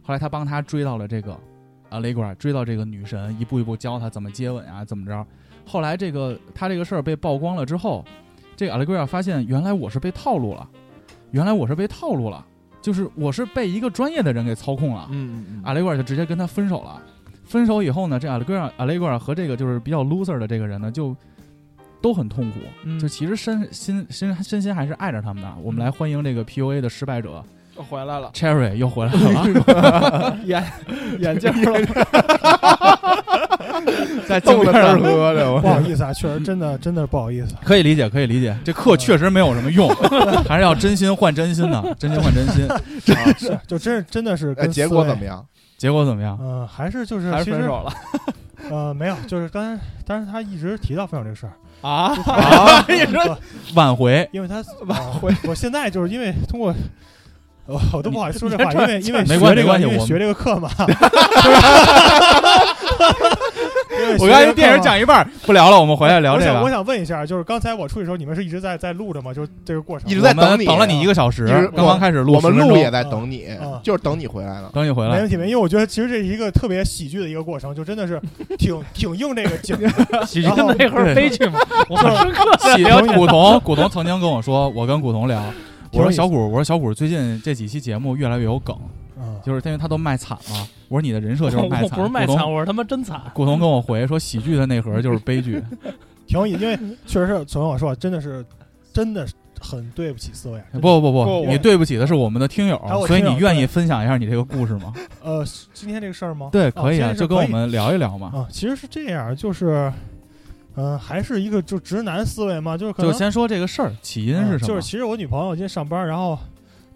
后来他帮他追到了这个 Allegra，追到这个女神，一步一步教她怎么接吻啊，怎么着。后来这个他这个事儿被曝光了之后，这个 Allegra 发现原来我是被套路了，原来我是被套路了，就是我是被一个专业的人给操控了。嗯啊阿雷瓜就直接跟他分手了。分手以后呢，这阿雷瓜阿雷瓜和这个就是比较 loser 的这个人呢，就都很痛苦。嗯就其实身心心身心还是爱着他们的。我嗯们来欢迎这个 PUA 的失败者又回来了， Cherry 又回来 了，眼眼镜儿了，在镜动了面汁儿上喝 的， 不我好意思啊，确实真的真的不好意思。啊可以理解，可以理解。这课确实没有什么 用，还是要真心换真心的，真心换真心。是，啊就真是真的是 哎，跟结果思维怎么？样？结果怎么 样？嗯、还是就是还其是实分手了呃没有，就是刚才，但是他一直提到分手这个 事儿，呃啊？啊，你说挽回因为 他呃挽回，我现在就是因为通过。我我都不好意思说这你话，因为因为学没这关系没个关系因为我学这个课嘛。 我我刚才电影讲一半儿，不聊了，我们回来聊我这想我个。想问一下，就是刚才我出去的时候，你们是一直在在录着吗？就是这个过程一直在我们等你等了你一个小时一直，刚刚开始录我10们分钟，路也在等你啊，就是等你回来了。等你回没来问。题没问题，因为我觉得其实这是一个特别喜剧的一个过程，就真的是挺挺应这个景 的。喜剧然后那会对儿悲剧 嘛，我好深刻。喜古潼，古潼曾经跟我说，我跟古潼聊，我说小谷，我说小谷，最近这几期节目越来越有梗，嗯就是因为他都卖惨了。我说你的人设就是卖我惨，不是卖惨，古潼。我是他妈真惨。古潼跟我回说，喜 剧的内核就是悲剧。挺有意思，因为确实是，昨天我说，真的是，真的是很对不起四位啊。真的不不不不，我你对不起的是我们的听友啊，我所以听友你愿对意分享一下你这个故事吗？呃，是今天这个事儿吗？对，哦可以今啊，天是就跟可我以们聊一聊嘛。啊，其实是这样，就是，嗯、还是一个就直男思维嘛，就是可能就先说这个事儿起因嗯是什么？就是其实我女朋友今天上班，然后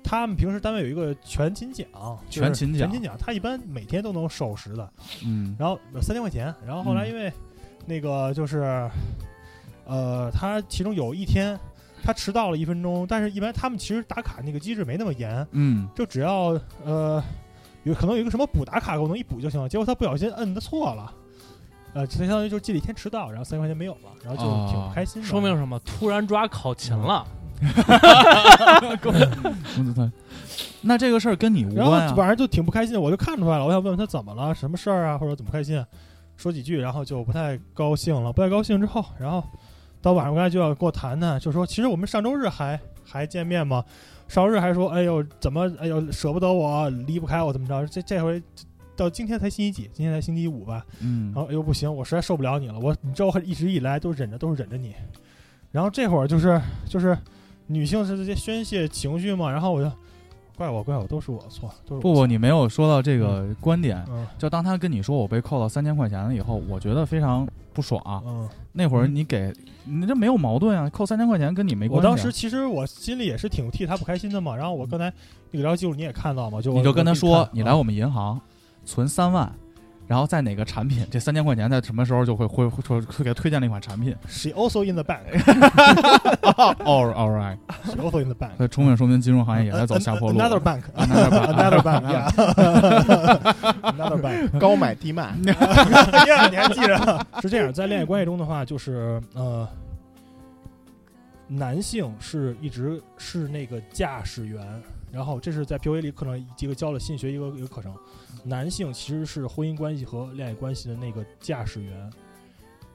他们平时单位有一个全勤奖，就是全勤奖全勤奖，他一般每天都能守时的，嗯然后呃三千块钱，然后后来嗯因为那个就是，呃，他其中有一天他迟到了一分钟，但是一般他们其实打卡那个机制没那么严，嗯就只要呃有可能有一个什么补打卡功能一补就行了，结果他不小心摁的错了。呃，就相当于就是记了一天迟到，然后三千块钱没有了，然后就挺哦不开心的。说明什么？突然抓考勤了，嗯，对那这个事儿跟你无然后关啊。晚上就挺不开心的，我就看出来了，我想问问他怎么了，什么事儿啊，或者怎么不开心，说几句，然后就不太高兴了。不太高兴之后，然后到晚上回来就要跟我谈谈，就说其实我们上周日还还见面嘛，上周日还说哎呦怎么哎呦舍不得我离不开我怎么着，这这回到今天才星期几？今天才星期五吧？嗯然后哎呦不行，我实在受不了你了，我你知道我一直以来都忍着，都是忍着你。然后这会儿就是就是女性是这些宣泄情绪嘛，然后我就怪我怪我都是我错，都是我不错不，你没有说到这个观点。嗯就当他跟你说我被扣到三千块钱了以后，我觉得非常不爽、啊嗯，那会儿嗯你给你这没有矛盾啊，扣三千块钱跟你没关我系啊、嗯当时其实我心里也是挺替他不开心的嘛。然后我刚才那个聊天记录你也看到嘛，就你就跟他说，你来我我们银行存三万，然后在哪个产品，这三千块钱在什么时候就会会会说会给推荐了一款产品。自己看啊 she also in the bank，she All all right， also in the bank，那充分说明金融行业也哎在走下坡路。 Another bank。 Another Another bank, yeah. Another bank. 哎高买低卖， 呀，你还记着？ 是这样，在恋爱关系中的话，就是呃，男性是一直是那个驾驶员，然后这是在 PUA 里课程一个教了心理学一个一个课程，男性其实是婚姻关系和恋爱关系的那个驾驶员，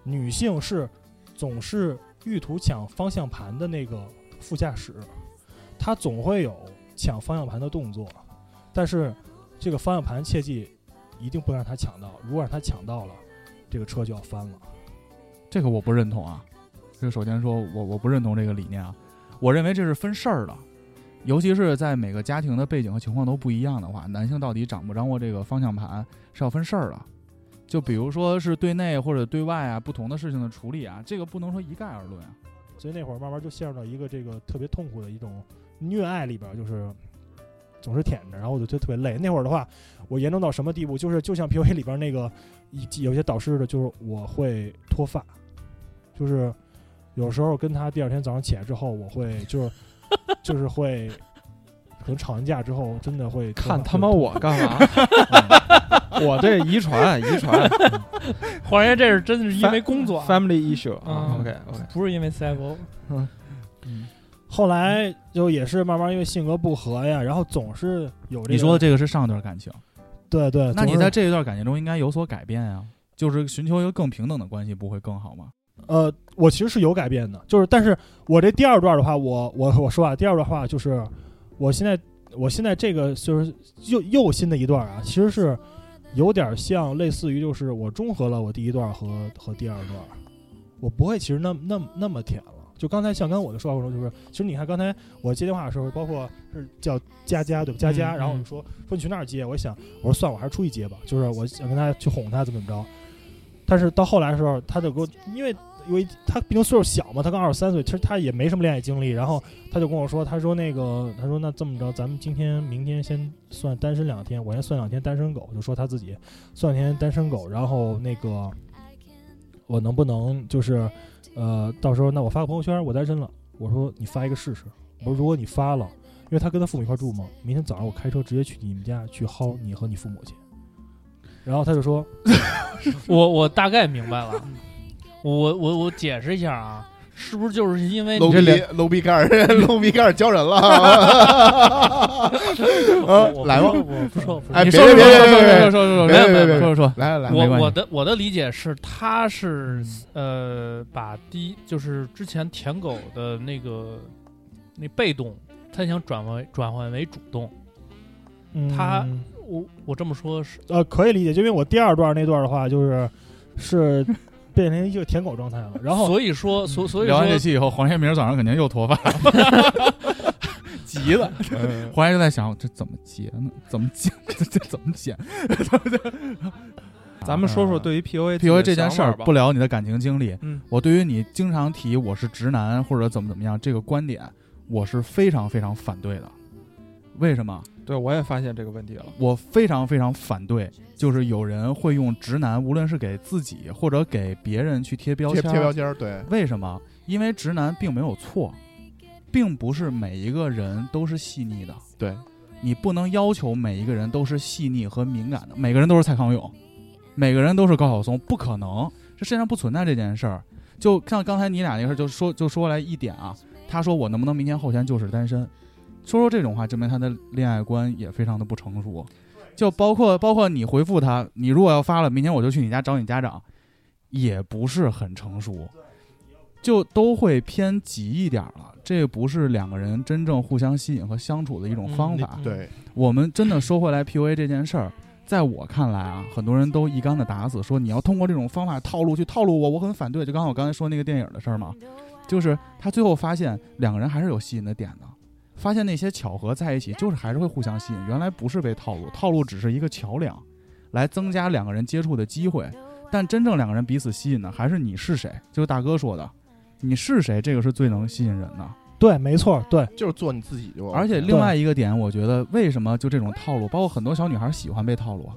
女性是总是意图抢方向盘的那个副驾驶，她总会有抢方向盘的动作，但是这个方向盘切记一定不能让他抢到，如果让他抢到了，这个车就要翻了。这个我不认同啊。这个首先说我我不认同这个理念啊，我认为这是分事儿的，尤其是在每个家庭的背景和情况都不一样的话，男性到底掌不掌握这个方向盘是要分事儿的。就比如说是对内或者对外啊，不同的事情的处理啊，这个不能说一概而论啊。所以那会儿慢慢就陷入到一个这个特别痛苦的一种虐爱里边儿，就是总是舔着，然后我就觉得特别累。那会儿的话，我严重到什么地步？就是就像 PUA 里边儿那个一有些导师的，就是我会脱发，就是有时候跟他第二天早上起来之后，我会就是就是会可能吵完架之后，真的会脱发看他妈我干嘛？我这遗传遗传忽然间这是真是因为工作啊， ，family issue 啊啊，OK OK，不是因为 CFO，后来就也是慢慢因为性格不合呀，然后总是有这个你说的这个是上一段感情，对对，那你总是在这一段感情中应该有所改变啊，就是寻求一个更平等的关系，不会更好吗？呃，我其实是有改变的，就是但是我这第二段的话，我我我说啊，第二段话就是我现在我现在这个就是又又新的一段啊，其实是有点像类似于就是我中和了我第一段和和第二段，我不会其实那么那么那么舔了。就刚才像刚我的说话过程中，就是其实你看刚才我接电话的时候，包括是叫佳佳对吧？佳佳，嗯然后嗯我说说你去那儿接，我想我说算了我还是出去接吧，就是我想跟他去哄他怎么怎么着。但是到后来的时候，他就给我，因为因为他毕竟岁数小嘛，他刚二十三岁，其实他也没什么恋爱经历。然后他就跟我说，他说那个，他说那这么着，咱们今天明天先算单身两天，我先算两天单身狗，就说他自己算两天单身狗，然后那个我能不能就是呃，到时候那我发个朋友圈，我单身了。我说你发一个试试。我说如果你发了，因为他跟他父母一块住嘛，明天早上我开车直接去你们家去薅你和你父母去。然后他就说，我我大概明白了，我我我解释一下啊，是不是就是因为搂你鼻这两搂鼻盖儿， 搂鼻盖儿教人了啊。我我来吧我我不说，我不说哎，你别说别说别别说别别说说说说别别说别别说说说，来来来，没我关系我的我的理解是，他是呃，把第一就是之前舔狗的那个那被动，他想转为转换为主动。嗯、他我我这么说是呃，可以理解，就因为我第二段那段的话，就是是变成一个舔狗状态了。然后所以说，所所以聊说完这期以后，黄先明早上肯定又脱发了， 急了。嗯 黄先就在想，这怎么截呢？怎么剪？这这怎么剪？ 啊咱们说说对于 PUA 比如这件事儿，不聊，聊你的感情经历，嗯，我对于你经常提我是直男或者怎么怎么样这个观点，我是非常非常反对的。为什么？对我也发现这个问题了。我非常非常反对，就是有人会用直男，无论是给自己或者给别人去贴标贴签。贴标签儿，对，为什么？因为直男并没有错，并不是每一个人都是细腻的。对，你不能要求每一个人都是细腻和敏感的，每个人都是蔡康永，每个人都是高晓松，不可能，这世界上不存在这件事儿。就像刚才你俩那个事儿，就说就说来一点啊，他说我能不能明天后天就是单身，说说这种话，证明他的恋爱观也非常的不成熟。就包括包括你回复他，你如果要发了，明天我就去你家找你家长，也不是很成熟，就都会偏急一点儿了。这不是两个人真正互相吸引和相处的一种嗯方你法。对，我们真的说回来 PUA 这件事儿，在我看来啊，很多人都一竿子打死，说你要通过这种方法套路去套路我，我很反对。就刚刚我刚才说那个电影的事儿嘛，就是他最后发现两个人还是有吸引的点的，发现那些巧合在一起，就是还是会互相吸引。原来不是被套路，套路只是一个桥梁，来增加两个人接触的机会。但真正两个人彼此吸引的，还是你是谁，就是大哥说的，你是谁，这个是最能吸引人的。对，没错，对，就是做你自己哦就 OK 了。而且另外一个点，我觉得为什么就这种套路，包括很多小女孩喜欢被套路啊。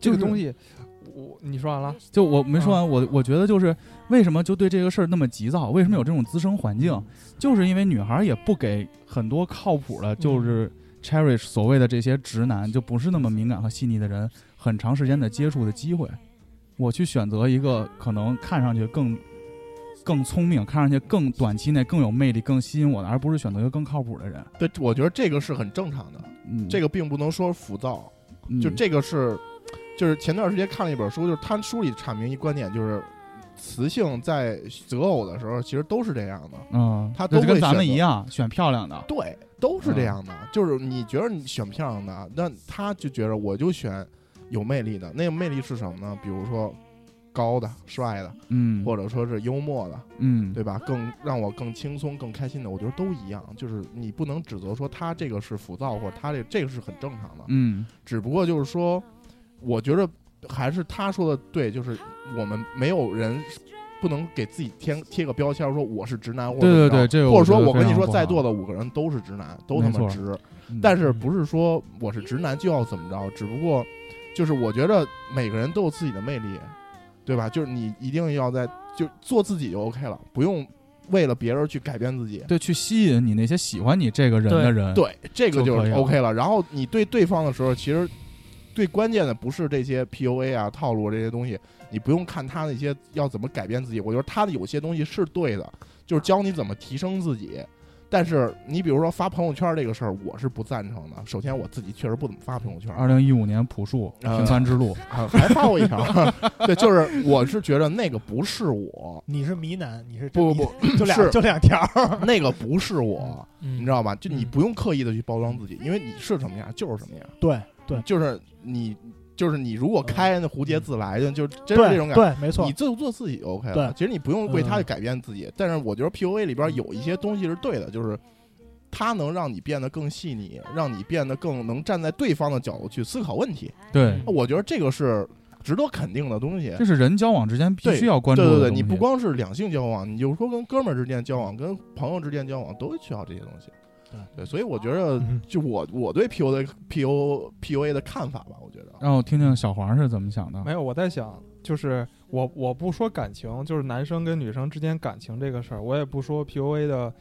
这就个是东西，嗯我你说完了？就我没说完，我我觉得就是为什么就对这个事儿那么急躁，为什么有这种滋生环嗯境，就是因为女孩也不给很多靠谱嗯的，就是 cherish 所谓的这些直男，就不是那么敏感和细腻的人，很长时间的接触的机会。我去选择一个可能看上去更更聪明，看上去更短期内更有魅力、更吸引我的，而不是选择一个更靠谱的人。对，我觉得这个是很正常的，嗯，这个并不能说浮躁，嗯就这个是，就是前段时间看了一本书，就是他书里阐明一观点，就是雌性在择偶的时候其实都是这样的，嗯，他就都跟会咱们选择一样选漂亮的。对，都嗯是这样的。就是你觉得你选漂亮的，那他就觉得我就选有魅力的。那个魅力是什么呢？比如说高的、帅的，嗯，或者说是幽默的，嗯，对吧？更让我更轻松、更开心的，我觉得都一样。就是你不能指责说他这个是浮躁，或者他这这个是很正常的。嗯，只不过就是说，我觉得还是他说的对，就是我们没有人是不能给自己贴贴个标签，说我是直男，或者对对怎么对着这个或者我觉说得我跟你非常说，不在好座的五个人都是直男，都他没妈错直，嗯但是不是说我是直男就要怎么着，只不过就是我觉得每个人都有自己的魅力，对吧？就是你一定要在就做自己就 OK 了，不用为了别人去改变自己。对去吸引你那些喜欢你这个人的人，，对，这个就就可以是了 OK 了。然后你对对方的时候，其实最关键的不是这些 PUA 啊、套路这些东西，你不用看他那些要怎么改变自己。我觉得他的有些东西是对的，就是教你怎么提升自己。但是你比如说发朋友圈这个事儿，我是不赞成的。首先我自己确实不怎么发朋友圈，二零一五年朴树呃平凡之 路，啊还发过一条。 对，就是我是觉得那个不是我，你是迷男，你是迷不不不，就俩是就两条，那个不是我，嗯你知道吧？就你嗯不用刻意的去包装自己，因为你是什么样就是什么样。对对就是你，就是你如果开那蝴蝶自来嗯的，就真是这种对感觉。对，没错你，就做自己就 OK 了。对其实你不用为他嗯去改变自己。但是我觉得 PUA 里嗯边有一些东西是对的，就是它能让你变得更细腻，让你变得更能站在对方的角度去思考问题。对，我觉得这个是值得肯定的东西。嗯这是人交往之间必须要关注对的对对，东你西不光是两性交往，你就说跟哥们儿之间交往，跟朋友之间交往，都需要这些东西。对对，所以我觉得嗯，就我我对 P U 的 P U P U A 的看法吧，我觉得，让我听听小黄是怎么想的没。有，我在想，就是我我不说感情，就是男生跟女生之间感情这个事儿，我也不说 PUA 的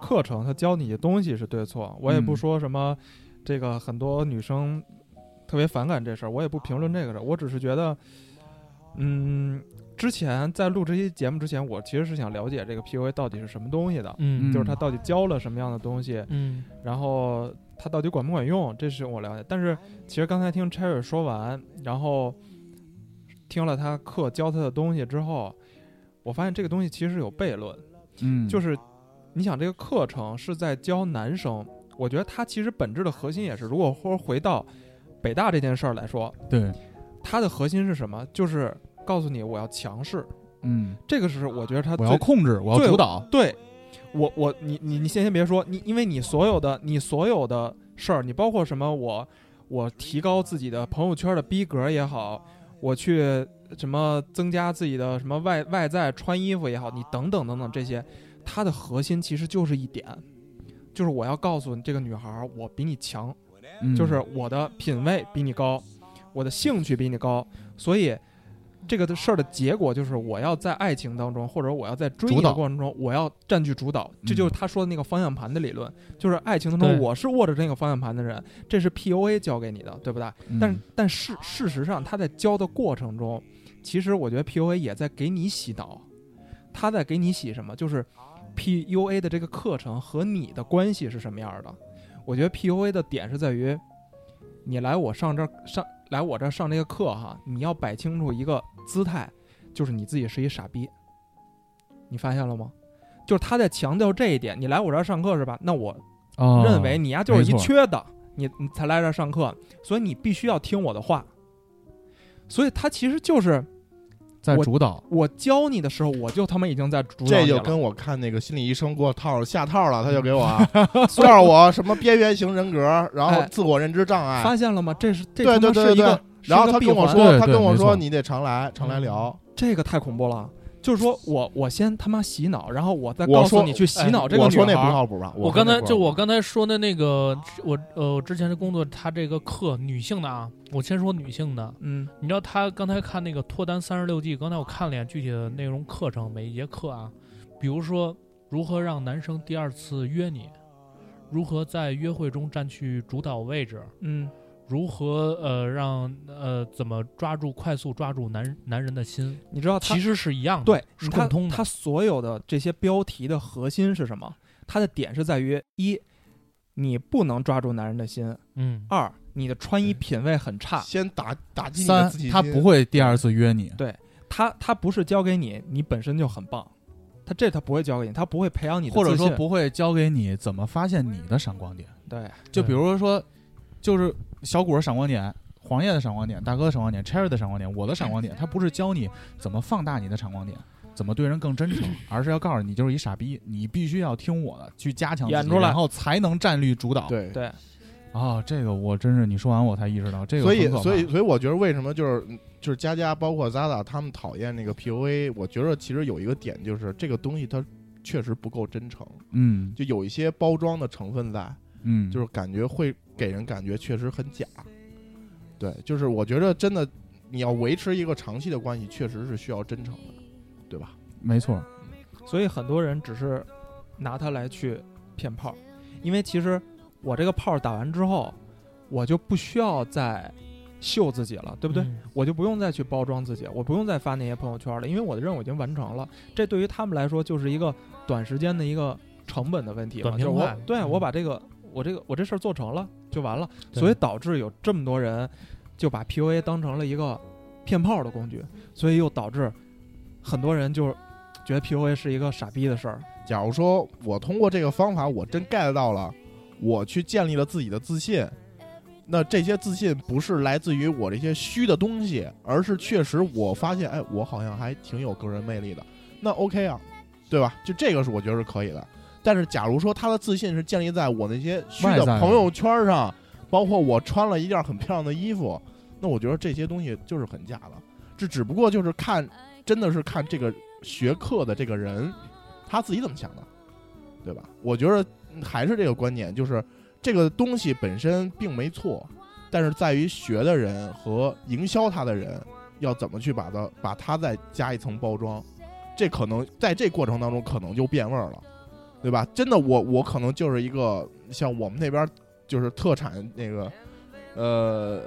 课程，他教你的东西是对错，我也不嗯说什么这个很多女生特别反感这事儿，我也不评论这个事儿，我只是觉得，嗯，之前在录这期节目之前，我其实是想了解这个 PUA 到底是什么东西的，嗯就是他到底教了什么样的东西，嗯然后它到底管不管用，这是我了解。但是其实刚才听 Cherry 说完，然后听了他课教他的东西之后，我发现这个东西其实是有悖论，嗯，就是是你想这个课程是在教男生，我觉得它其实本质的核心也是，如果说回到北大这件事儿来说，对，它的核心是什么？就是告诉你我要强势，嗯，这个是我觉得他我最要控制，我要最主导，对，我我你你你先先别说，你因为你所有的你所有的事儿，你包括什么我我提高自己的朋友圈的逼格也好，我去什么增加自己的什么外外在穿衣服也好，你等等等等这些，它的核心其实就是一点，就是我要告诉你这个女孩儿，我比你强，嗯就是我的品味比你高，我的兴趣比你高，所以这个的事儿的结果就是我要在爱情当中，或者我要在追你主的导过程中，我要占据主导。这嗯就是他说的那个方向盘的理论，就是爱情当中对我是握着那个方向盘的人，这是 PUA 教给你的，对不对？嗯但是但事事实上，他在教的过程中，其实我觉得 PUA 也在给你洗脑，他在给你洗什么？就是 PUA 的这个课程和你的关系是什么样的？我觉得 PUA 的点是在于，你来我上这儿上来我这儿上这个课哈，你要摆清楚一个姿态，就是你自己是一傻逼，你发现了吗？就是他在强调这一点，你来我这儿上课是吧？那我嗯哦认为你呀就是一没错缺的，你你才来这儿上课，所以你必须要听我的话。所以他其实就是在我主导，我教你的时候，我就他妈已经在主导这你就了。跟我看那个心理医生给我套下套了，他就给我 啊告诉我什么边缘型人格，然后哎自我认知障碍，发现了吗？这是这对他妈对是一对个，是然后一个他闭跟我环嗯对说，对他跟我没说错你得常来，常来聊。这个太恐怖了。就是说我我先他妈洗脑，然后我再我告诉说你去洗哎脑这个我女说孩那不儿。靠谱吧？我说刚那才不靠就我谱刚才说的那个，我呃我之前的工作，他这个课女性的啊，我先说女性的，嗯你知道他刚才看那个脱单三十六计，刚才我看了一眼具体的内容课程，每一节课啊，比如说如何让男生第二次约你，如何在约会中占据主导位置，嗯，如何呃让呃怎么抓住快速抓住男男人的心，你知道啊他其实是一样的，对是他共通的他。所有的这些标题的核心是什么？它的点是在于一，你不能抓住男人的心；嗯，二，你的穿衣品味很差。先打打击你的三自己，他不会第二次约你，他他不是教给你，你本身就很棒，他这他不会教给你，他不会培养你的或者自说信不会教给你怎么发现你的闪光点。对，就比如说，就是小谷的闪光点、黄叶的闪光点、大哥的闪光点、Cherry 的闪光点、我的闪光点，他不是教你怎么放大你的闪光点，怎么对人更真诚，而是要告诉你，你就是一傻逼，你必须要听我的，去加强自己演出来然后才能占据主导。对。对啊，这个我真是你说完我才意识到，这个所以很可，怕所以，所以，我觉得为什么就是就是佳佳，包括 Zaza 他们讨厌那个 PUA，我觉得其实有一个点就是这个东西它确实不够真诚，嗯就有一些包装的成分在，嗯，就是感觉会给人感觉确实很假。对，就是我觉得真的你要维持一个长期的关系，确实是需要真诚的，对吧？没错，所以很多人只是拿它来去骗炮，因为其实我这个炮打完之后，我就不需要再秀自己了，对对不对？？我就不用再去包装自己，我不用再发那些朋友圈了，因为我的任务已经完成了。这对于他们来说就是一个短时间的一个成本的问题嘛，短就平是我快对嗯我把这个我这个我这事儿做成了就完了，对所以导致有这么多人就把 PUA 当成了一个骗炮的工具，所以又导致很多人就觉得 PUA 是一个傻逼的事儿。假如说我通过这个方法，我真 get 到了，我去建立了自己的自信，那这些自信不是来自于我这些虚的东西，而是确实我发现，哎，我好像还挺有个人魅力的，那 OK 啊，对吧？就这个是我觉得是可以的。但是假如说他的自信是建立在我那些虚外的在的朋友圈上，包括我穿了一件很漂亮的衣服，那我觉得这些东西就是很假的。这只不过就是看，真的是看这个学课的这个人他自己怎么想的，对吧？我觉得嗯还是这个观点，就是这个东西本身并没错，但是在于学的人和营销它的人要怎么去把它把它再加一层包装，这可能在这过程当中可能就变味儿了，对吧？真的我，我可能就是一个像我们那边儿就是特产那个呃，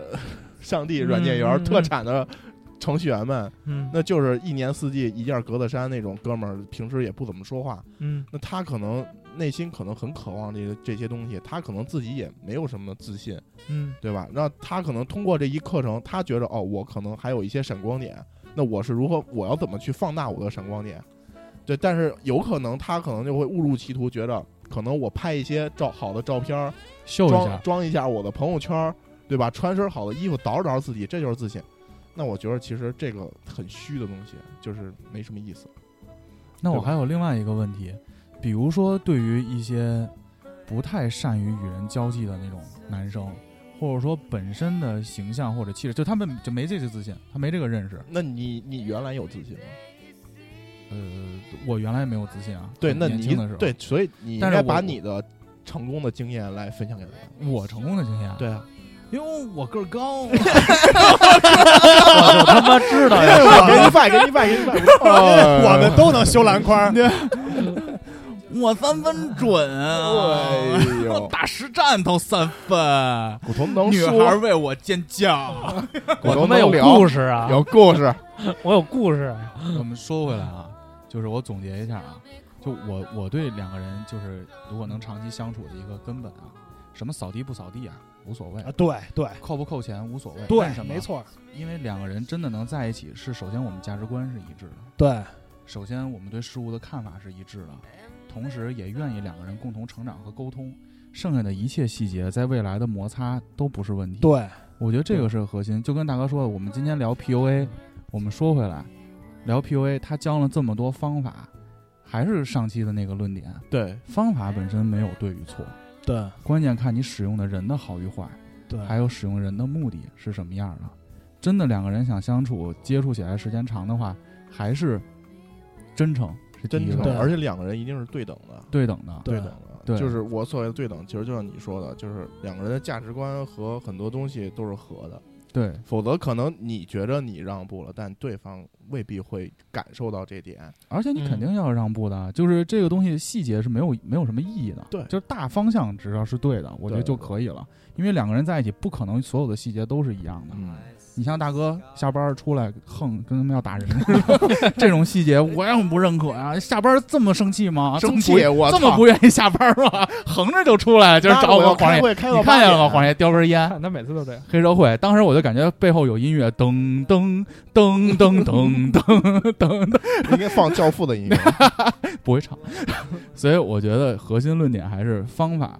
上帝软件园儿嗯嗯特嗯产的程序员们，嗯那就是一年四季一件格子衫那种哥们儿，平时也不怎么说话。嗯，那他可能内心可能很渴望这个这些东西，他可能自己也没有什么自信，嗯，对吧？那他可能通过这一课程，他觉得哦，我可能还有一些闪光点，那我是如何，我要怎么去放大我的闪光点？对，但是有可能他可能就会误入歧途，觉得可能我拍一些照好的照片儿，秀一装下，装一下我的朋友圈儿，对吧？穿身好的衣服，捯饬捯饬自己，这就是自信。那我觉得其实这个很虚的东西就是没什么意思。那我对吧还有另外一个问题，比如说对于一些不太善于与人交际的那种男生，或者说本身的形象或者气质，就他们就没这个自信，他没这个认识。那你你原来有自信吗？呃，我原来没有自信啊，对，很那年你轻的时候，对，所以你应但是该我把你的成功的经验来分享给大家。我成功的经验，，对啊，因为我个儿高，我他妈知 道呀， 给你拜，给你拜，给你哦 拜。哎我们都能修篮筐，我三分准啊，哎我 呦，打实战投三分，古潼能女说，孩为我尖 叫。古潼他妈能有聊，故事 啊，有故事。我有故事。啊我们说回来啊，就是我总结一下啊，就我我对两个人就是如果能长期相处的一个根本啊，什么扫地不扫地啊无所谓啊，，对对扣不扣钱无所谓，为对，什么？没，错，因为两个人真的能在一起，是首先我们价值观是一致的，对首先我们对事物的看法是一致的，同时也愿意两个人共同成长和沟通，剩下的一切细节在未来的摩擦都不是问题。对，我觉得这个是核心。就跟大哥说的，我们今天聊 PUA，我们说回来，聊 PUA，他教了这么多方法，还是上期的那个论点，对，方法本身没有对与错，对关键看你使用的人的好与坏，对，还有使用人的目的是什么样的。真的两个人想相处、接触起来时间长的话，还是真诚是第真一诚对位，，而且两个人一定是对等的。对等的。对对等对的，就是我所谓的对等，其实就像你说的，就是两个人的价值观和很多东西都是合的，对否则可能你觉得你让步了，但对方未必会感受到这点。而且你嗯肯定要让步的，啊就是这个东西细节是没有没有什么意义的，对就是大方向只要是对的，我觉得对就对可以了。因为两个人在一起，不可能所有的细节都是一样的。嗯，你像大哥下班出来横，跟他们要打人 这种细节，我也不认可啊！下班这么生气吗？生啊这么气，不我这么操不愿意下班吗？横着就出来，就是那找我个要黄开爷，会啊开到你看见了吗？八点 黄爷叼根烟，看他每次都这样，黑社会，当时我就感觉背后有音乐，噔噔噔噔噔噔噔应该放《教父》的音乐。 不会唱， 所以我觉得核心论点还是方法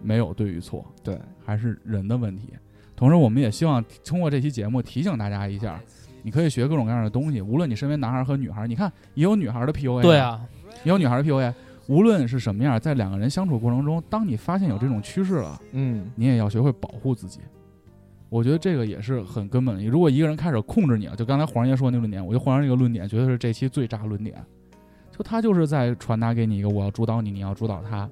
没有对与错，对，还是人的问题。同时，我们也希望通过这期节目提醒大家一下，你可以学各种各样的东西，无论你身为男孩和女孩，你看也有女孩的 PUA，对，啊，也有女孩的 PUA。无论是什么样，在两个人相处过程中，当你发现有这种趋势了，嗯，你也要学会保护自己。我觉得这个也是很根本的。如果一个人开始控制你了，就刚才黄爷说的那论点，我觉得黄爷这个论点绝对是这期最渣论点。就他就是在传达给你一个我要主导你，你要主导他。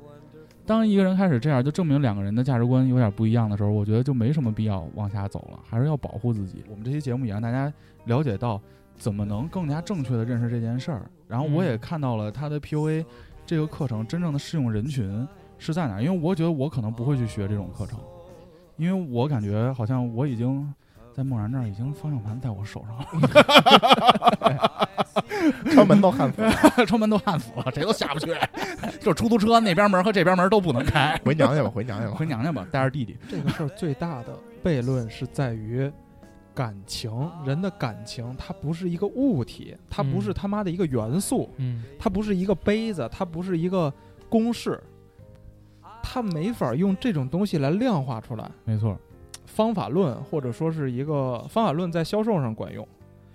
当一个人开始这样，就证明两个人的价值观有点不一样的时候，我觉得就没什么必要往下走了，还是要保护自己。我们这期节目也让大家了解到怎么能更加正确的认识这件事儿。然后我也看到了他的 PUA 这个课程真正的适用人群是在哪儿，因为我觉得我可能不会去学这种课程，因为我感觉好像我已经在梦然这儿已经方向盘在我手上了。 敲门到汉服， 车门都焊死了，谁都下不去。 就是出租车那边门和这边门都不能 开。回娘家吧，回娘家吧。回娘家吧，带着弟弟。这个事儿最大的悖论是在于感情，人的感情它不是一个物体，它不是嗯他妈的一个元素，嗯，它不是一个杯子，它不是一个公式，它没法用这种东西来量化出来。没错，方法论或者说是一个方法论在销售上管用，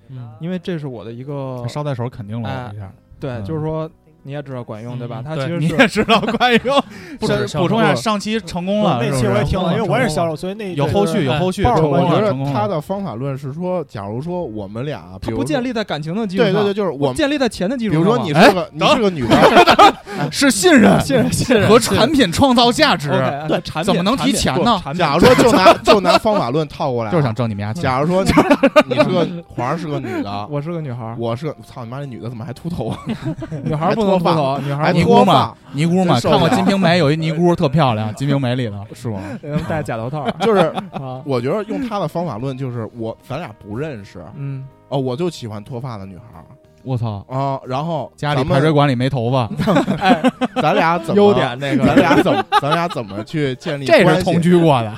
嗯，因为这是我的一哦个捎带手肯定了我哎一下。对，嗯就是说你也知道管用对吧？嗯它对其实你是也知道关于不止销售补充一下，上期成功了，那期我是不也是？啊听了，因为我也成功是销了售，所以那有对后对续，有后续。棒儿成功我了觉得成功了他的方法论是说，假如说我们俩，比它如不说建立在感情的基础对上，对对，就是我我们，建立在钱的基比础上如嘛。说你是哎个你是个女的，是信任，信任信任和产品创造价值， OK，对产品怎么能提钱产品呢产品啊假如说就拿就拿方法论套过来啊，就是想挣你们家 钱。假如说你你是个皇上是个女 的，我是个女孩儿，我是个操你妈，这女的怎么还秃头啊？女孩儿不能秃还脱哎头，女孩还儿尼不姑脱嘛发，尼姑嘛，真受看过不《了金瓶梅》有一尼姑特漂 亮，《金瓶梅》里头是吗？能戴假头套就是啊。我觉得用他的方法论，就是我咱俩不认识嗯，哦，我就喜欢脱发的女孩儿我操，啊，然后家里咱排们水管里没头发， 咱俩怎么优点那个咱俩怎么咱俩怎么去建立这关是系同居 过的。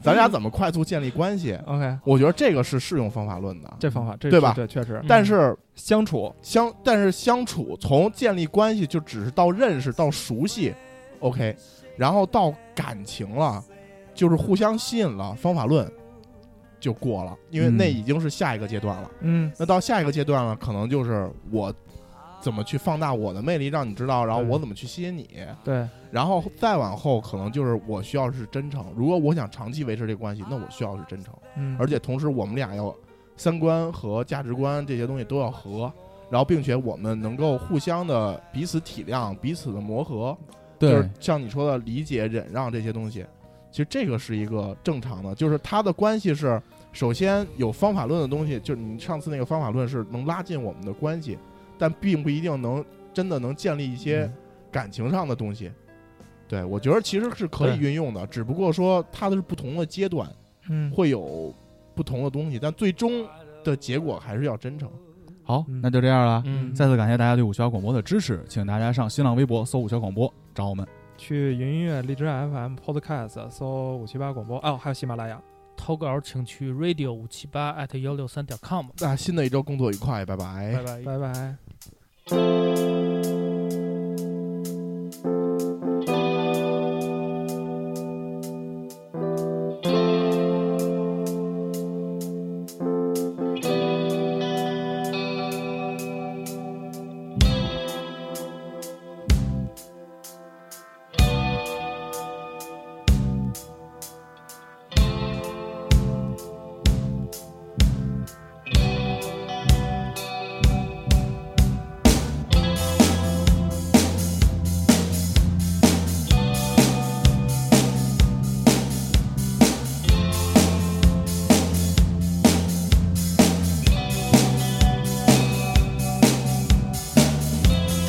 咱俩怎么快速建立关系？ OK，我觉得这个是适用方法论的，这方法这对吧这确实嗯但是相处相但是相处从建立关系就只是到认识到熟悉，OK，然后到感情了，就是互相吸引了，方法论就过了，因为嗯那已经是下一个阶段了。嗯那到下一个阶段了，可能就是我怎么去放大我的魅力，让你知道，然后对我怎么去吸引你，对，然后再往后，可能就是我需要是真诚。如果我想长期维持这个关系，那我需要是真诚，嗯，而且同时我们俩要三观和价值观这些东西都要合，然后并且我们能够互相的彼此体谅、彼此的磨合，就对是像你说的理解、忍让这些东西，其实这个是一个正常的，就是它的关系是首先有方法论的东西，就是你上次那个方法论是能拉近我们的关系，但并不一定能真的能建立一些感情上的东西。对，我觉得其实是可以对运用的，只不过说它的是不同的阶段嗯，会有不同的东西，但最终的结果还是要真诚。好，嗯那就这样了。嗯再次感谢大家对五七八广播的支持，请大家上新浪微博搜“五七八广播”找我们。去云音乐、荔枝 FM、Podcast 搜五七八广播哦，还有喜马拉雅。投稿请去 radio 五七八 at 幺六三点 com。那新的一周工作愉快，拜拜拜拜。拜拜。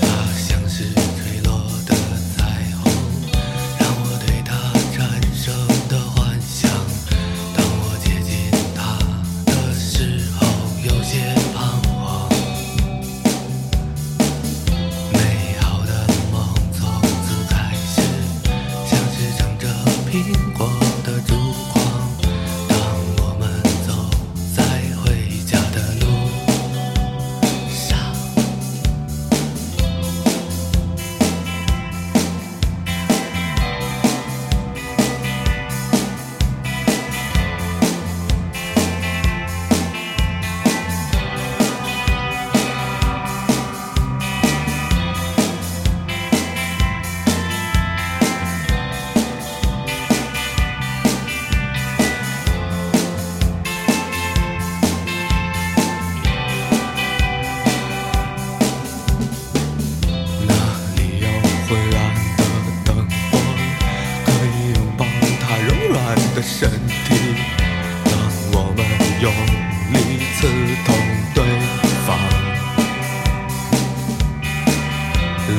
它像是坠落的彩虹，让我对它产生的幻想。当我接近它的时候，有些彷徨。美好的梦从此开始，像是盛着苹果的烛光。当我们走在回家的路上。那里有昏暗的灯火，可以拥抱它柔软的身体。当我们用力刺痛对方，如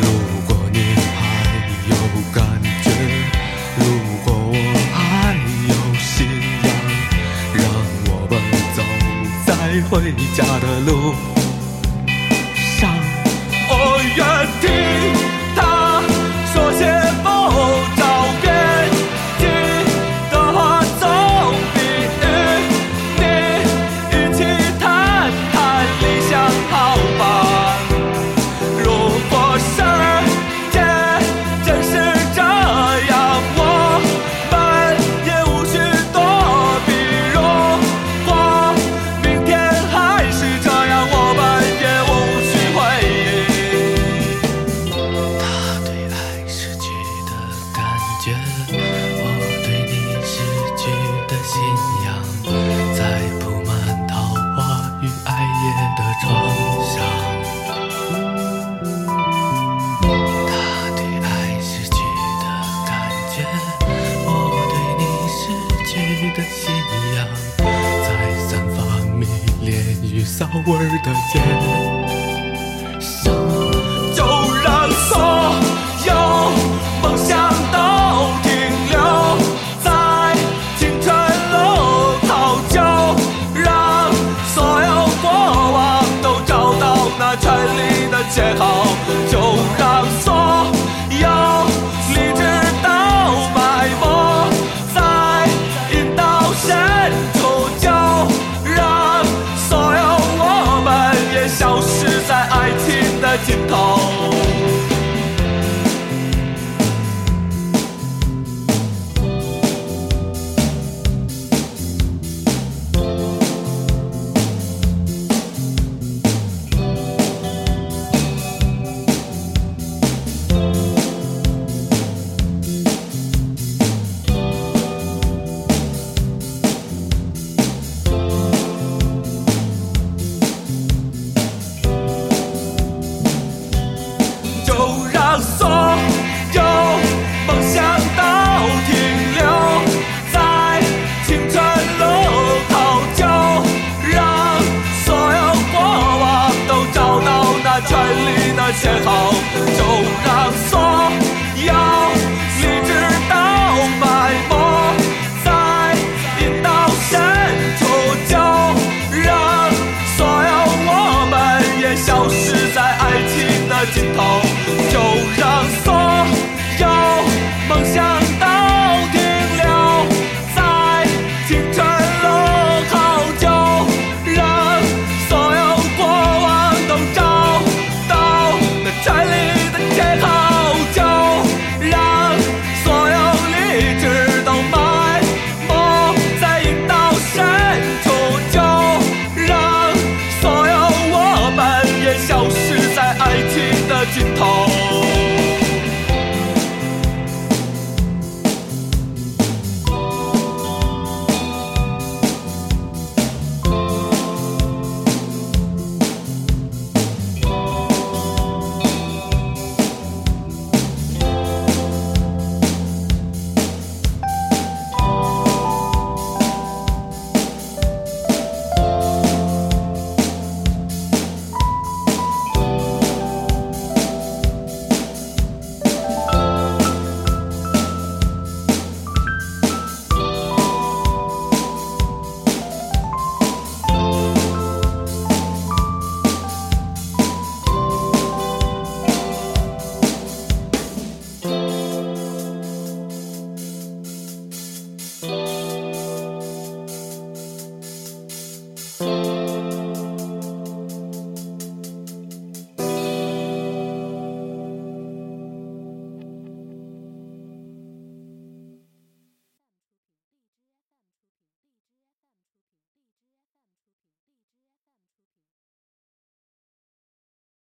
果你还有感觉，如果我还有信仰，让我们走在回家的路上。我愿听他说些不着边际的话，总比与你一起谈谈理想好吧。如果世界真是这样，我们也无需躲避。如果明天还是这样，我们也无需回忆。他对爱失去的感觉，我对你失去的信仰，在铺满桃花与艾叶的床上。他对爱失去的感觉，我对你失去的信仰，在散发迷恋与骚味儿的街